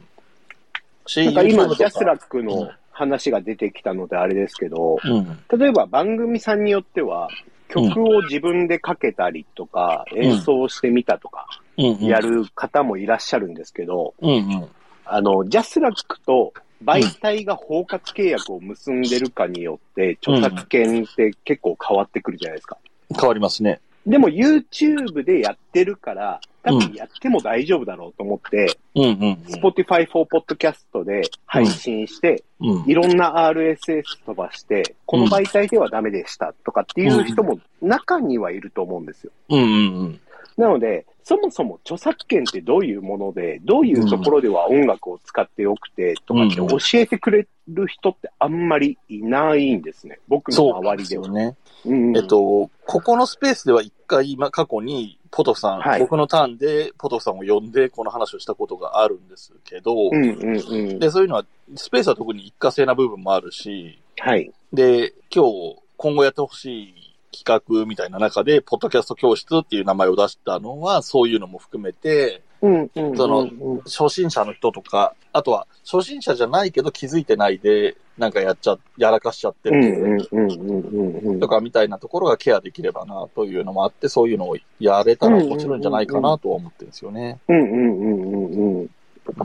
[SPEAKER 1] し
[SPEAKER 4] なんか今、ジャスラ
[SPEAKER 1] ッ
[SPEAKER 4] ックの話が出てきたのであれですけど、
[SPEAKER 1] ク。うん。
[SPEAKER 4] 例えば番組さんによっては、曲を自分でかけたりとか、演奏してみたとか、
[SPEAKER 1] うん、うん。
[SPEAKER 4] や。る方もいらっしゃるんですけど、
[SPEAKER 1] うん、うん。
[SPEAKER 4] あの、ジャスラックと媒体が包括契約を結んでるかによって、
[SPEAKER 1] うん
[SPEAKER 4] 著作権って結構変わってくるじゃないですか。
[SPEAKER 1] 変わりますね。
[SPEAKER 4] でも YouTube でやってるから、多分やっても大丈夫だろうと思って、
[SPEAKER 1] うん、うん。
[SPEAKER 4] Spotify for Podcast で配信して、
[SPEAKER 1] うん。
[SPEAKER 4] いろんな RSS 飛ばして、この媒体ではダメでしたとかっていう人も中にはいると思うんですよ。
[SPEAKER 1] うん、うん、うん。
[SPEAKER 4] なので、そもそも著作権ってどういうもので、どういうところでは音楽を使ってよくてとかって
[SPEAKER 1] うん
[SPEAKER 4] 教えてくれる人ってあんまりいないんですね。僕
[SPEAKER 1] そ
[SPEAKER 4] の
[SPEAKER 1] うな
[SPEAKER 4] 周
[SPEAKER 1] んで
[SPEAKER 4] り
[SPEAKER 1] す
[SPEAKER 4] では
[SPEAKER 1] よ。ね。
[SPEAKER 4] うん
[SPEAKER 1] えっ、と、ここのスペースでは一回、今、過去に、ポトフさん、
[SPEAKER 4] はい
[SPEAKER 1] 僕のターンで、ポトフさんを呼んで、この話をしたことがあるんですけど、
[SPEAKER 4] うんうんうん。
[SPEAKER 1] で、そういうのは、スペースは特に一過性な部分もあるし、
[SPEAKER 4] はい。
[SPEAKER 1] で、今日、今後やってほしい企画みたいな中で、ポッドキャスト教室っていう名前を出したのは、そういうのも含めて、
[SPEAKER 4] うんうんうん。
[SPEAKER 1] その
[SPEAKER 4] うん
[SPEAKER 1] 初心者の人とか、あとは、初心者じゃないけど気づいてないで、なんかやっちゃ、やらかしちゃって
[SPEAKER 4] う
[SPEAKER 1] る
[SPEAKER 4] ん
[SPEAKER 1] 人
[SPEAKER 4] うんうんうん。
[SPEAKER 1] とかみたいなところがケアできればなというのもあって、そういうのをやれたら面白いんじゃないかなとは思ってるんですよね。
[SPEAKER 4] うんうんうんうんうん。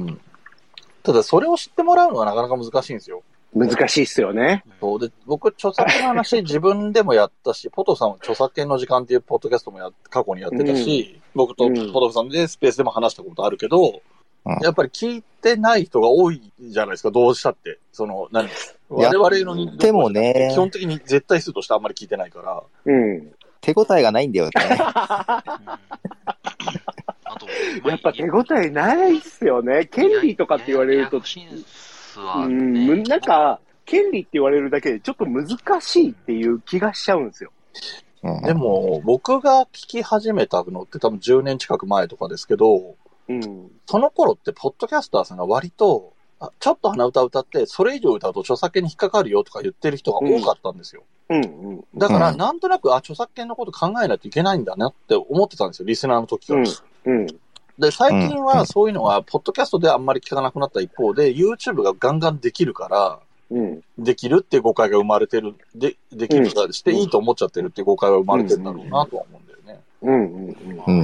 [SPEAKER 1] うんただ、それを知ってもらうのはなかなか難しいんですよ。
[SPEAKER 4] 難しいっすよね。
[SPEAKER 1] そうで僕、著作の
[SPEAKER 4] (laughs)
[SPEAKER 1] 話、自分でもやったし、ポトフさんは著作権の時間っていうポッドキャストもや過去にやってたし、僕と
[SPEAKER 4] うん
[SPEAKER 1] ポトフさんでスペースでも話したことあるけど、
[SPEAKER 3] うん
[SPEAKER 1] やっぱり聞いてない人が多いじゃないですか、どうしたって。その、何我々の人
[SPEAKER 3] でもね
[SPEAKER 1] 基、本的に絶対数としてあんまり聞いてないから。
[SPEAKER 4] うん。
[SPEAKER 3] 手応えがないんだよね。
[SPEAKER 5] うんあと、
[SPEAKER 4] やっぱ手応えないっすよね。権利とかって言われると、
[SPEAKER 5] シンス
[SPEAKER 4] う
[SPEAKER 5] は、ね
[SPEAKER 4] ん、むなん、か、権利って言われるだけでちょっと難しいっていう気がしちゃうんですよ。
[SPEAKER 3] うん
[SPEAKER 1] でも、僕が聞き始めたのって多分10年近く前とかですけど、
[SPEAKER 4] うん。
[SPEAKER 1] その頃って、ポッドキャスターさんが割と、あちょっと鼻歌歌って、それ以上歌うと著作権に引っかかるよとか言ってる人が多かったんですよ。
[SPEAKER 4] うんうん。
[SPEAKER 1] だから、
[SPEAKER 3] うん
[SPEAKER 1] なんとなく、あ、著作権のこと考えないといけないんだなって思ってたんですよ、リスナーの時
[SPEAKER 4] う
[SPEAKER 1] から。
[SPEAKER 4] ん。うん。
[SPEAKER 1] で、最近
[SPEAKER 3] うんう
[SPEAKER 1] は
[SPEAKER 3] ん
[SPEAKER 1] そういうのは、ポッドキャストであんまり聞かなくなった一方で、YouTube がガンガンできるから、
[SPEAKER 4] うん。
[SPEAKER 1] できるっていう誤解が生まれてる、で、できるからして
[SPEAKER 4] うん
[SPEAKER 1] いいと思っちゃってるっていう誤解は生まれてるんだろうなとは思うんだよね。
[SPEAKER 4] うん。
[SPEAKER 5] まあ
[SPEAKER 3] うん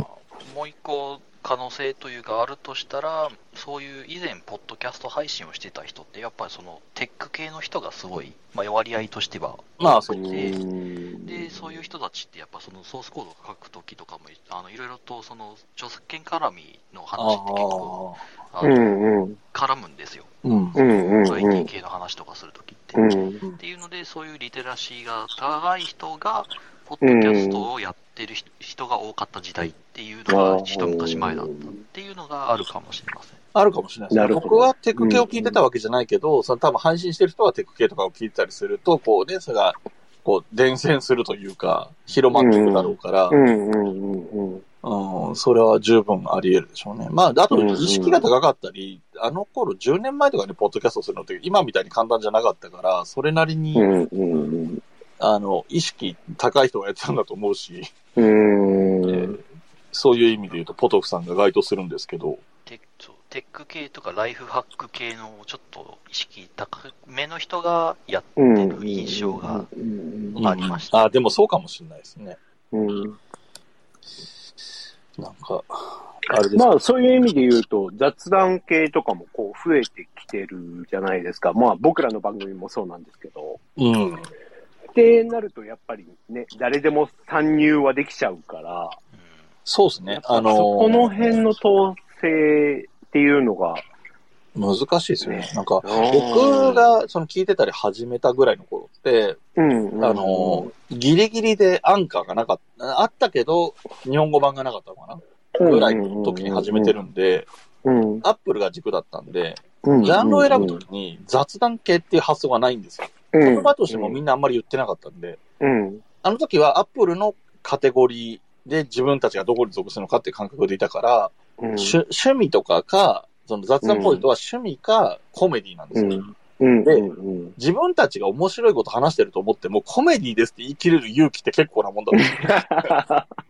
[SPEAKER 5] もう一個可能性というかあるとしたら、そういう以前、ポッドキャスト配信をしてた人って、やっぱりそのテック系の人がすごい、まあ、割合としては
[SPEAKER 1] まあ、そうう。
[SPEAKER 5] で
[SPEAKER 4] ん
[SPEAKER 5] で、そういう人たちって、やっぱそのソースコードを書くときとかも、あのいろいろとその著作権絡みの話って結構あ
[SPEAKER 4] う
[SPEAKER 5] の、
[SPEAKER 4] んうん。
[SPEAKER 5] 絡むんですよ、
[SPEAKER 1] あーうん。
[SPEAKER 4] うんうんうん。
[SPEAKER 5] IT 系の話とかするときって。
[SPEAKER 4] う
[SPEAKER 5] っ
[SPEAKER 4] ん。
[SPEAKER 5] ていうので、そういうリテラシーが高い人が、ポッドキャストをやってる人人が多かった時代っていうのが、一昔前だったっていうのがあるかもしれません。
[SPEAKER 1] あるかもしれないですね
[SPEAKER 4] なるほど
[SPEAKER 1] 僕はテク系を聞いてたわけじゃないけど、その多分配信してる人はテク系とかを聞いてたりすると、こうね、それが、こう、伝染するというか、広まっていくだろうから、
[SPEAKER 4] うんうんうんうん。
[SPEAKER 1] うん、それは十分あり得るでしょうね。まあ、あと、
[SPEAKER 4] うんう
[SPEAKER 1] 意
[SPEAKER 4] ん
[SPEAKER 1] 識が高かったり、あの頃、10年前とかにポッドキャストするのって、今みたいに簡単じゃなかったから、それなりに、
[SPEAKER 4] うんうん
[SPEAKER 1] あの、意識高い人がやってたんだと思うし、
[SPEAKER 4] うん。うん。
[SPEAKER 1] そういう意味で言うと、ポトフさんが該当するんですけど、
[SPEAKER 5] テックそうテック系とかライフハック系のちょっと意識高めの人がやってる印象が
[SPEAKER 4] うん
[SPEAKER 5] ありました。
[SPEAKER 1] あ、でもそうかもしれないですね。
[SPEAKER 4] うん。
[SPEAKER 1] なんか、あれです
[SPEAKER 4] まあ、そういう意味で言うと、雑談系とかもこう増えてきてるじゃないですか。まあ、僕らの番組もそうなんですけど。
[SPEAKER 1] うん。
[SPEAKER 4] ってなると、やっぱりね、誰でも参入はできちゃうから、
[SPEAKER 1] そうですね。あ
[SPEAKER 4] そこの
[SPEAKER 1] の、
[SPEAKER 4] 辺の統制っていうのが、
[SPEAKER 1] 難しいですよね
[SPEAKER 4] ね。
[SPEAKER 1] なんか、
[SPEAKER 4] うん
[SPEAKER 1] 僕がその聞いてたり始めたぐらいの頃って、
[SPEAKER 4] うん、
[SPEAKER 1] あの、ギリギリでアンカーがなかった、あったけど、日本語版がなかったのかなぐらいの時に始めてるんで、
[SPEAKER 4] うん。
[SPEAKER 1] アップルが軸だったんで、
[SPEAKER 4] うん
[SPEAKER 1] ジャンルを選ぶときに雑談系っていう発想がないんですよ。
[SPEAKER 4] 言
[SPEAKER 1] 言葉としてもみんなあんまり言ってなかったんで、
[SPEAKER 4] うん。
[SPEAKER 1] あの時はアップルのカテゴリーで自分たちがどこに属するのかっていう感覚でいたから、
[SPEAKER 4] うん
[SPEAKER 1] 趣趣味とかか、その雑談ポイントは趣味かコメディなんですよ。
[SPEAKER 4] うん。
[SPEAKER 1] で
[SPEAKER 4] うん。
[SPEAKER 1] 自分たちが面白いこと話してると思ってもコメディですって言い切れる勇気って結構なもんだと思う。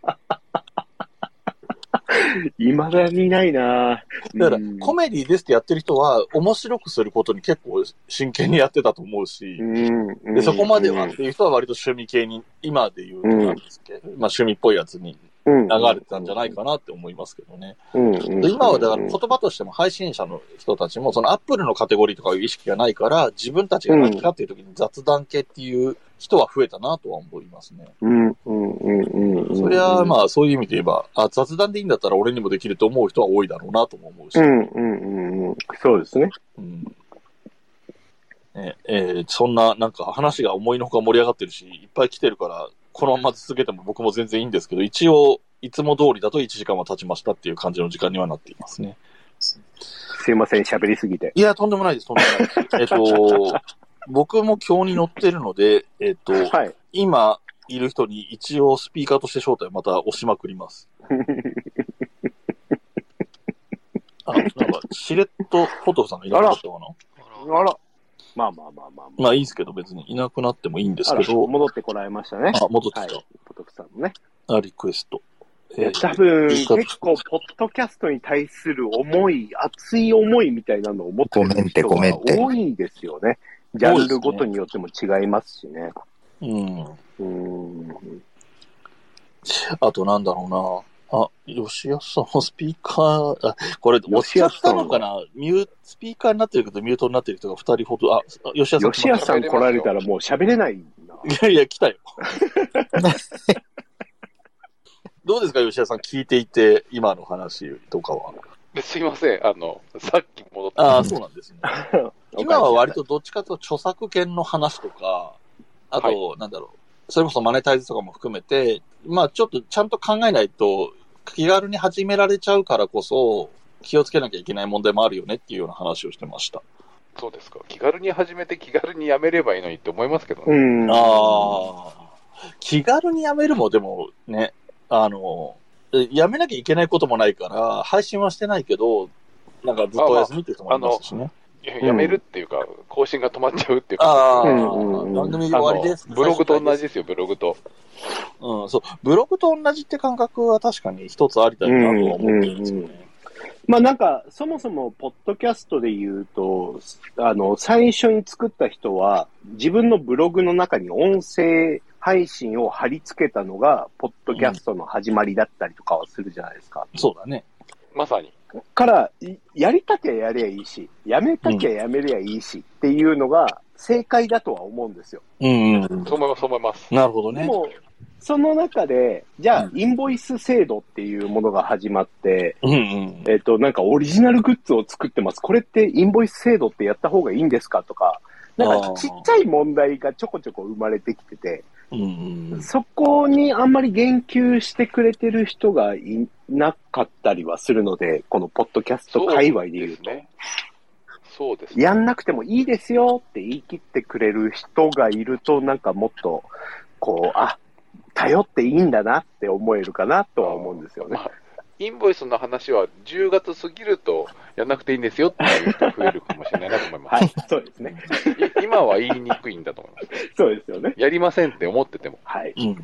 [SPEAKER 4] いまだにないな
[SPEAKER 1] だから、
[SPEAKER 4] うん
[SPEAKER 1] コメディですってやってる人は面白くすることに結構真剣にやってたと思うし、
[SPEAKER 4] うん。
[SPEAKER 1] で、そこまでは
[SPEAKER 4] う
[SPEAKER 1] っ
[SPEAKER 4] ん
[SPEAKER 1] ていう人は割と趣味系に、今で言うとなんですけど、まあ趣味っぽいやつに
[SPEAKER 4] うん
[SPEAKER 1] 流れてたんじゃないかなって思いますけどね。
[SPEAKER 4] うん。
[SPEAKER 1] で今はだから言葉としても配信者の人たちも、そのアップルのカテゴリーとかいう意識がないから、自分たちが何かっていう時に雑談系っていう人は増えたなとは思いますね。
[SPEAKER 4] うん。うん。うん。うん。
[SPEAKER 1] そりゃ、まあそういう意味で言えば、あ、雑談でいいんだったら俺にもできると思う人は多いだろうなとも思うし。
[SPEAKER 4] うん。うん。うん。うん。そうですね。
[SPEAKER 1] うんねえーそんな、なんか話が思いのほか盛り上がってるし、いっぱい来てるから、このまま続けても僕も全然いいんですけど、一応、いつも通りだと1時間は経ちましたっていう感じの時間にはなっていますね。
[SPEAKER 4] すいません、喋りすぎて。
[SPEAKER 1] いや、とんでもないです、とんでも
[SPEAKER 4] (laughs)
[SPEAKER 1] ない。えっと、僕も今日に乗ってるので、えっと、
[SPEAKER 4] はい。
[SPEAKER 1] 今いる人に一応スピーカーとして招待をまた押しまくり
[SPEAKER 4] (laughs)
[SPEAKER 1] ます。あ、なんか、しれっとポトフさんがいなくなったかな
[SPEAKER 5] あら
[SPEAKER 4] あら。まあまあまあまあまあ。
[SPEAKER 1] まあいいんですけど、別にいなくなってもいいんです
[SPEAKER 4] あ
[SPEAKER 1] け
[SPEAKER 4] ら
[SPEAKER 1] ど、
[SPEAKER 4] 戻ってこられましたね。
[SPEAKER 1] あ、戻って
[SPEAKER 4] はい
[SPEAKER 1] きた。。
[SPEAKER 4] ポトフさんもね。
[SPEAKER 1] あ、リクエスト。
[SPEAKER 4] い
[SPEAKER 1] え
[SPEAKER 4] や、
[SPEAKER 1] ー
[SPEAKER 4] 多分、結構、ポッドキャストに対する思い、熱い思いみたいなのを持ってる人
[SPEAKER 3] ごめん
[SPEAKER 4] が
[SPEAKER 3] ってごめんって
[SPEAKER 4] 多いですよね。ジャンルごとによっても違いますしね。
[SPEAKER 1] うん。
[SPEAKER 4] うーん。
[SPEAKER 1] あとなんだろうな。あ、吉安さんもスピーカー、あ、これ、押しちゃったのかなミュー、スピーカーになってるけど、ミュートになってる人が二人ほど、あ、あ吉安さん。
[SPEAKER 4] 吉谷さん来られたらもう喋れないな。
[SPEAKER 1] いやいや、来たよ。どうですか、吉田さん、聞いていて、今の話とかは。
[SPEAKER 6] すいません、あの、さっき戻った。
[SPEAKER 1] ああ、そうなんですね。今は割とどっちかというと著作権の話とか、あと、なんだろう、それこそマネタイズとかも含めて、まあちょっとちゃんと考えないと、気軽に始められちゃうからこそ、気をつけなきゃいけない問題もあるよねっていうような話をしてました。
[SPEAKER 6] そうですか。気軽に始めて気軽にやめればいいのにって思いますけどね。
[SPEAKER 4] うん。
[SPEAKER 1] ああ。気軽にやめるも、でもね、あの、えやめなきゃいけないこともないから、配信はしてないけど、なんかずっとお休みっていう人もいますしね。
[SPEAKER 6] いややめるっていうか、更新が止まっちゃうっていうか。
[SPEAKER 1] ああ、
[SPEAKER 4] うんうんうん
[SPEAKER 1] 番組
[SPEAKER 6] あ
[SPEAKER 1] 終
[SPEAKER 6] の
[SPEAKER 1] わりです。
[SPEAKER 6] ブログと同
[SPEAKER 1] 最終
[SPEAKER 6] じ
[SPEAKER 1] 回で
[SPEAKER 6] ですよ、ブログと。
[SPEAKER 1] す。うん、そう。ブログと同じって感覚は確かに一つありだよなとは思ってるんですよね。
[SPEAKER 4] まあなんか、そもそも、ポッドキャストで言うと、あの、最初に作った人は、自分のブログの中に音声配信を貼り付けたのが、ポッドキャストの始まりだったりとかはするじゃないですか。
[SPEAKER 1] そうだね。
[SPEAKER 6] まさに。
[SPEAKER 4] から、いやりたきゃやりゃいいし、やめたきゃやめりゃいいしっていうのが正解だとは思うんですよ。
[SPEAKER 1] うん、うん。
[SPEAKER 6] そう思います、そう思います。
[SPEAKER 1] なるほど
[SPEAKER 4] で
[SPEAKER 1] ね。
[SPEAKER 4] も、その中で、じゃあ
[SPEAKER 1] う、
[SPEAKER 4] インボイス制度っていうものが始まって、
[SPEAKER 1] うんうん。
[SPEAKER 4] えっと、なんかオリジナルグッズを作ってます。これってインボイス制度ってやった方がいいんですかとか、なん
[SPEAKER 1] あ
[SPEAKER 4] か
[SPEAKER 1] ー
[SPEAKER 4] ちっちゃい問題がちょこちょこ生まれてきてて、
[SPEAKER 1] うんうん。
[SPEAKER 4] そこにあんまり言及してくれてる人がいなかったりはするので、このポッドキャスト界隈で
[SPEAKER 6] で
[SPEAKER 4] 言う
[SPEAKER 6] す
[SPEAKER 4] と。
[SPEAKER 6] ね。そうですね。
[SPEAKER 4] やんなくてもいいですよって言い切ってくれる人がいると、なんかもっと、こう、あ、頼っていいんだなって思えるかなとは思うんですよね
[SPEAKER 6] ま。あ、インボイスの話は10月過ぎるとやんなくていいんですよっていう人増えるかもしれないなと思いま
[SPEAKER 4] は
[SPEAKER 6] す。
[SPEAKER 4] い、 (laughs) そうですね。
[SPEAKER 6] い今は言いにくいんだと思います。
[SPEAKER 4] そうですよね。
[SPEAKER 6] やりませんって思ってても。
[SPEAKER 4] はい、
[SPEAKER 1] うん。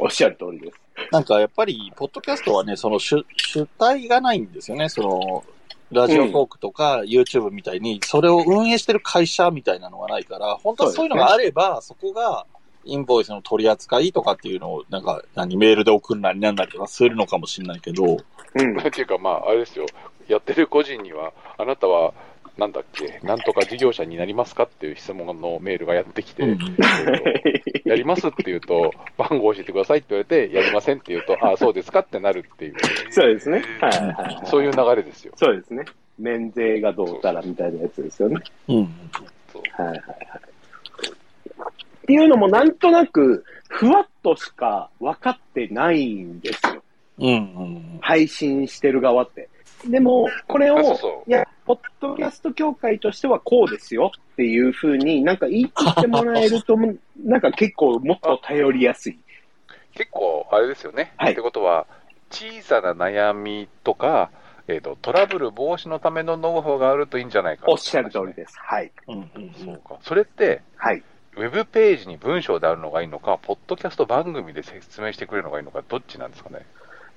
[SPEAKER 4] おっしゃる通りです。
[SPEAKER 1] なんかやっぱり、ポッドキャストはね、その主主体がないんですよね。その、ラジオトークとか YouTube みたいに、それを運営してる会社みたいなのがないから、本当はそういうのがあれば、そ,、こが、インボイスの取り扱いとかっていうのを、なんか、何、メールで送るなりなんなりとかするのかもしれないけど、
[SPEAKER 6] (laughs)
[SPEAKER 4] (laughs) うん。
[SPEAKER 6] っていうか、まあ、あれですよ、やってる個人には、あなたは、なんだっけ、なんとか事業者になりますかっていう質問のメールがやってきて、えっ (laughs) とやりますって言うと、番号教えてくださいって言われて、やりませんって言うと、
[SPEAKER 4] (laughs)
[SPEAKER 6] ああ、そうですかってなるっていう、
[SPEAKER 4] そうですね。はいはいはい。
[SPEAKER 6] そういう流れですよ。
[SPEAKER 4] そうですね。免税がどうたらみたいなやつですよね。
[SPEAKER 1] うん。
[SPEAKER 6] そう
[SPEAKER 4] はいはいはい。っていうのもなんとなく、ふわっとしか分かってないんですよ。
[SPEAKER 1] うん。うん。
[SPEAKER 4] 配信してる側って。でも、これを、
[SPEAKER 6] あそうそう
[SPEAKER 4] いや、ポッドキャスト協会としてはこうですよっていうふうに、なんか言い切ってもらえると、なんか結構もっと頼りやすい。
[SPEAKER 6] 結構、あれですよね。
[SPEAKER 4] はい
[SPEAKER 6] ってことは、小さな悩みとか、えっとトラブル防止のためのノウハウがあるといいんじゃないか
[SPEAKER 4] おっしゃる通りです。はい。
[SPEAKER 1] うん。うん
[SPEAKER 6] そうか。それって、
[SPEAKER 4] はい。
[SPEAKER 6] ウェブページに文章であるのがいいのか、ポッドキャスト番組で説明してくれるのがいいのか、どっちなんですかね。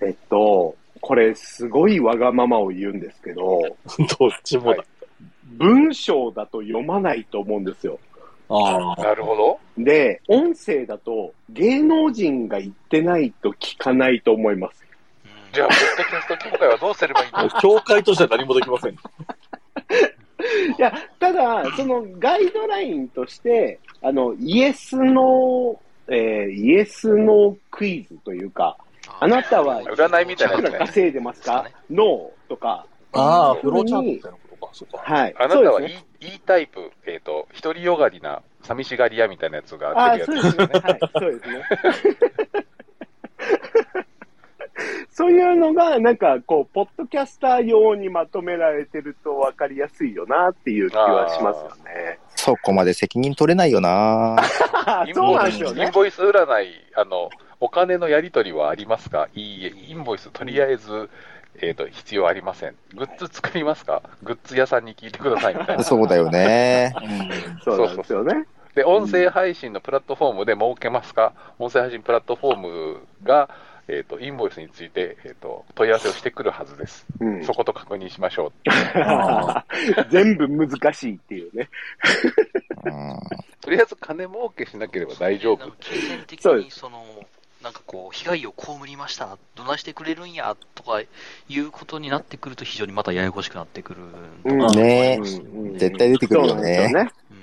[SPEAKER 4] えっと、これすごいわがままを言うんですけど、
[SPEAKER 1] (laughs) どっちもだ。
[SPEAKER 4] 文章だと読まないと思うんですよ。
[SPEAKER 1] ああ。
[SPEAKER 6] なるほど。
[SPEAKER 4] で、音声だと芸能人が言ってないと聞かないと思います。
[SPEAKER 6] じゃあ、ポッドキャスト協会はどうすればいいの
[SPEAKER 1] 教会としては何もできません。
[SPEAKER 4] いや、ただ、そのガイドラインとして、あの、イエスの、えーイエスのクイズというか、あなたは
[SPEAKER 6] 占いみ
[SPEAKER 4] い
[SPEAKER 6] た
[SPEAKER 4] くら
[SPEAKER 6] なやつね
[SPEAKER 4] 稼いでますかノーとか、
[SPEAKER 1] ああ、フローチャートみたいなことか。そうか。
[SPEAKER 4] はい。
[SPEAKER 6] あなた
[SPEAKER 4] そ
[SPEAKER 6] は
[SPEAKER 4] う
[SPEAKER 6] い
[SPEAKER 4] です
[SPEAKER 6] い
[SPEAKER 4] ね。
[SPEAKER 6] いいタイプ、えっ、と、独りよがりな、寂しがり屋みたいなやつ
[SPEAKER 4] あ
[SPEAKER 6] が
[SPEAKER 4] あ、
[SPEAKER 6] 出
[SPEAKER 4] そ
[SPEAKER 6] るや
[SPEAKER 4] う
[SPEAKER 6] つ
[SPEAKER 4] で
[SPEAKER 6] で
[SPEAKER 4] ね
[SPEAKER 6] すすよ。
[SPEAKER 4] はい、そうですね。 (laughs) そういうのが、なんか、こう、ポッドキャスター用にまとめられてると分かりやすいよなっていう気はしますよね。
[SPEAKER 3] そこまで責任取れないよ (laughs) な
[SPEAKER 4] あ
[SPEAKER 6] インボイス
[SPEAKER 4] そうなんですよ
[SPEAKER 6] イン
[SPEAKER 4] ね。
[SPEAKER 6] ボイス占い、あの、お金のやり取りはありますかいいえ、インボイスとりあえず、えっ、と、必要ありません。グッズ作りますかグッズ屋さんに聞いてくださいみたいな。
[SPEAKER 3] そうだよね。
[SPEAKER 4] そうなんですよね。
[SPEAKER 6] で、音声配信のプラットフォームで儲けますか、音声配信プラットフォームが、えっ、と、インボイスについて、えっ、と、問い合わせをしてくるはずです。
[SPEAKER 4] うん
[SPEAKER 6] そこと確認しましょう。
[SPEAKER 1] あ
[SPEAKER 4] (laughs) 全部難しいっていうね。
[SPEAKER 3] うん
[SPEAKER 6] とりあえず金儲けしなければ大丈夫。
[SPEAKER 5] 金銭的
[SPEAKER 4] そうで
[SPEAKER 5] に、その、なんかこう、被害を被りました、どないしてくれるんや、とかいうことになってくると、非常にまたややこしくなってくる。
[SPEAKER 4] うん
[SPEAKER 3] ね
[SPEAKER 4] うん
[SPEAKER 3] 絶対出てくるよね
[SPEAKER 4] そうなんですよね。
[SPEAKER 5] うん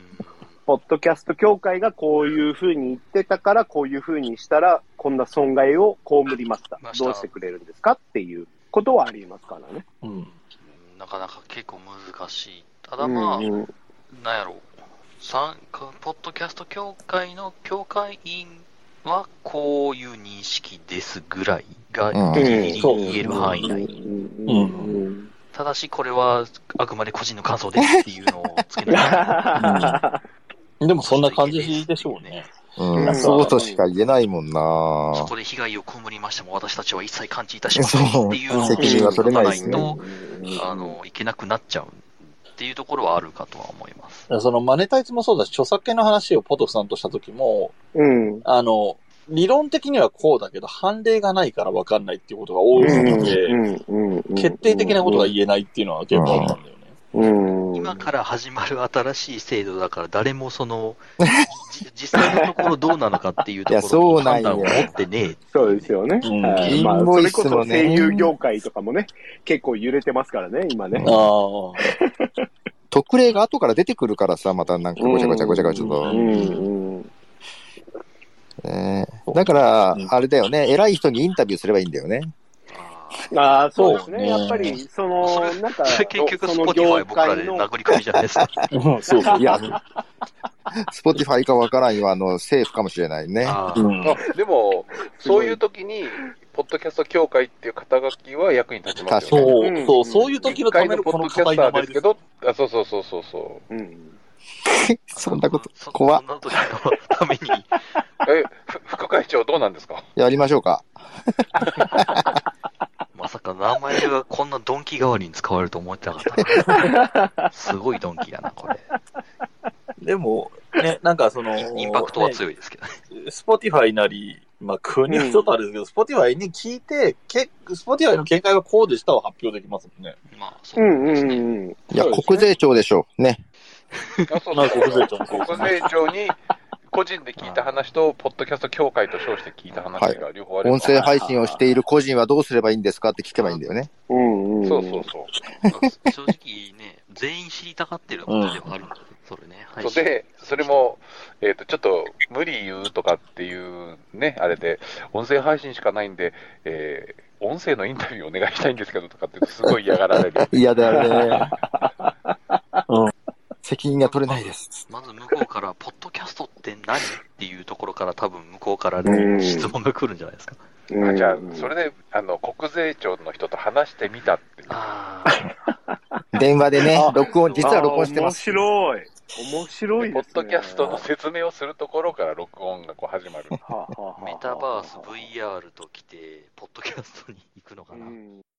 [SPEAKER 4] ポッドキャスト協会がこういう風に言ってたから、こういう風にしたら、こんな損害を被りました。
[SPEAKER 5] ました
[SPEAKER 4] どうしてくれるんですかっていうことはありますからね。
[SPEAKER 1] うん。
[SPEAKER 5] なかなか結構難しい。ただまあ、
[SPEAKER 4] うんうん
[SPEAKER 5] なんやろ参加、ポッドキャスト協会の協会員はこういう認識ですぐらいが
[SPEAKER 3] うん
[SPEAKER 5] ギリギリ
[SPEAKER 1] そう
[SPEAKER 5] 言える範囲内。
[SPEAKER 4] うん
[SPEAKER 1] うん
[SPEAKER 4] うん
[SPEAKER 5] ただし、これはあくまで個人の感想ですっていうのをつけて
[SPEAKER 1] でもそんな感じでしょうね。
[SPEAKER 3] うん、そうとしか言えないもんな
[SPEAKER 5] そこで被害を被りましても私たちは一切感知いたしませんっていうのを
[SPEAKER 3] そう責
[SPEAKER 4] 任は
[SPEAKER 3] 取れないです
[SPEAKER 5] 書
[SPEAKER 3] ね
[SPEAKER 5] かないとあのいけなくなっちゃうっていうところはあるかとは思います。
[SPEAKER 1] そのマネタイズもそうだし、著作権の話をポトフさんとした時も、
[SPEAKER 4] うん。
[SPEAKER 1] あの、理論的にはこうだけど、判例がないから分かんないっていうことが多いので、決定的なことが言えないっていうのは結構あったんだよね。
[SPEAKER 4] うん
[SPEAKER 5] 今から始まる新しい制度だから誰もその、じ実際のところどうなのかっていうと
[SPEAKER 3] いや
[SPEAKER 5] ころ
[SPEAKER 3] そう
[SPEAKER 5] の
[SPEAKER 3] なんよ
[SPEAKER 5] 判断を持ってね
[SPEAKER 4] (laughs)
[SPEAKER 5] え
[SPEAKER 4] そうですよね。
[SPEAKER 1] うん
[SPEAKER 4] はいまあ
[SPEAKER 3] インボイスもね
[SPEAKER 4] それこそ声優業界とかもね、結構揺れてますからね、今ね。
[SPEAKER 1] ああ。
[SPEAKER 3] 特例が後から出てくるからさ、またなんかごちゃごちゃごちゃごちゃ
[SPEAKER 4] う
[SPEAKER 3] と。
[SPEAKER 4] んうん
[SPEAKER 3] ねだから
[SPEAKER 1] う、ん
[SPEAKER 3] あれだよね、偉い人にインタビューすればいいんだよね。
[SPEAKER 5] あ
[SPEAKER 4] ああ、そうです
[SPEAKER 1] そう
[SPEAKER 4] ね。
[SPEAKER 1] ね
[SPEAKER 4] やっぱり、そ
[SPEAKER 5] そ
[SPEAKER 4] の、
[SPEAKER 5] れ
[SPEAKER 4] なんか、
[SPEAKER 5] ーそれ結局、
[SPEAKER 4] そ
[SPEAKER 5] ス
[SPEAKER 4] の
[SPEAKER 5] ポティファイ僕らで
[SPEAKER 4] 業界の
[SPEAKER 5] 殴り込みじゃな
[SPEAKER 3] (laughs)
[SPEAKER 5] いですか。
[SPEAKER 1] そうそう。
[SPEAKER 3] いや、スポティファイかわからんよ、あの、政府かもしれないね。
[SPEAKER 5] あ
[SPEAKER 1] う
[SPEAKER 5] ー
[SPEAKER 1] ん。
[SPEAKER 6] あでも、そういう時に、ポッドキャスト協会っていう肩書きは役に立ちますよね。
[SPEAKER 1] そう、そう、そういう時の
[SPEAKER 6] 一
[SPEAKER 1] ため
[SPEAKER 6] 回の
[SPEAKER 1] の
[SPEAKER 6] ポ
[SPEAKER 1] こ
[SPEAKER 6] ッ
[SPEAKER 1] の
[SPEAKER 6] ドキャ
[SPEAKER 1] 硬
[SPEAKER 6] ス
[SPEAKER 1] い
[SPEAKER 6] タ
[SPEAKER 1] 名
[SPEAKER 6] ー
[SPEAKER 1] 前
[SPEAKER 6] です
[SPEAKER 1] で
[SPEAKER 6] け
[SPEAKER 1] す。
[SPEAKER 6] ど、あそうそうそうそうそう。
[SPEAKER 4] うん。
[SPEAKER 3] そんなこと、
[SPEAKER 5] そ
[SPEAKER 3] 怖っ
[SPEAKER 5] そんな時のために、
[SPEAKER 6] え、ふ副会長どうなんですか
[SPEAKER 3] やりましょうか。
[SPEAKER 5] まさか名前がこんなドンキ代わりに使われると思ってなかっ
[SPEAKER 3] (laughs)
[SPEAKER 5] たな。すごいドンキだな、これ。
[SPEAKER 1] でも、ね、なんかその、
[SPEAKER 5] インパクトは強いですけどね。
[SPEAKER 1] スポティファイなり、まあ、国はちょっとあれですけど、スポティファイに聞いて、けスポティファイの見解はこうでしたを発表できますもんね。
[SPEAKER 5] まあ、そううんで
[SPEAKER 4] う
[SPEAKER 5] す
[SPEAKER 4] ん
[SPEAKER 5] ね。
[SPEAKER 4] うん。
[SPEAKER 3] いや、
[SPEAKER 4] そうですね
[SPEAKER 3] 国税庁でしょう。ね。
[SPEAKER 6] あそう
[SPEAKER 1] まあ国税庁もそうですね
[SPEAKER 6] 国税庁に、個人で聞いた話と、ポッドキャスト協会と称して聞いた話が両方ある、
[SPEAKER 3] 音声配信をしている個人はどうすればいいんですかって聞けばいいんだよね。
[SPEAKER 4] うんうん。
[SPEAKER 6] そうそうそう。
[SPEAKER 5] 正直ね、全員知りたがってることではあるんだよ、それね。配
[SPEAKER 6] そう
[SPEAKER 5] 信
[SPEAKER 6] で、それも、えっ、と、ちょっと、無理言うとかっていうね、あれで、音声配信しかないんで、えー音声のインタビューお願いしたいんですけどとかって、すごい嫌がられる。
[SPEAKER 3] 嫌だよね。 (laughs) うん。責任が取れないです。
[SPEAKER 5] まず向こうから、ポッドキャストって何っていうところから多分向こうからね、
[SPEAKER 4] うん
[SPEAKER 5] 質問が来るんじゃないですか。
[SPEAKER 4] うん
[SPEAKER 6] じゃあ、それで、あの、国税庁の人と話してみたっていう。
[SPEAKER 5] ああ、
[SPEAKER 3] 電話でね、録音、実は録音してます。
[SPEAKER 4] あー面白い。面白い
[SPEAKER 6] ポ
[SPEAKER 4] です、ね。
[SPEAKER 6] ッドキャストの説明をするところから録音がこう始まる。
[SPEAKER 4] はあはあはあはあ
[SPEAKER 5] メタバース、VR と来て、ポッドキャストに行くのか
[SPEAKER 4] う
[SPEAKER 5] な。
[SPEAKER 4] ん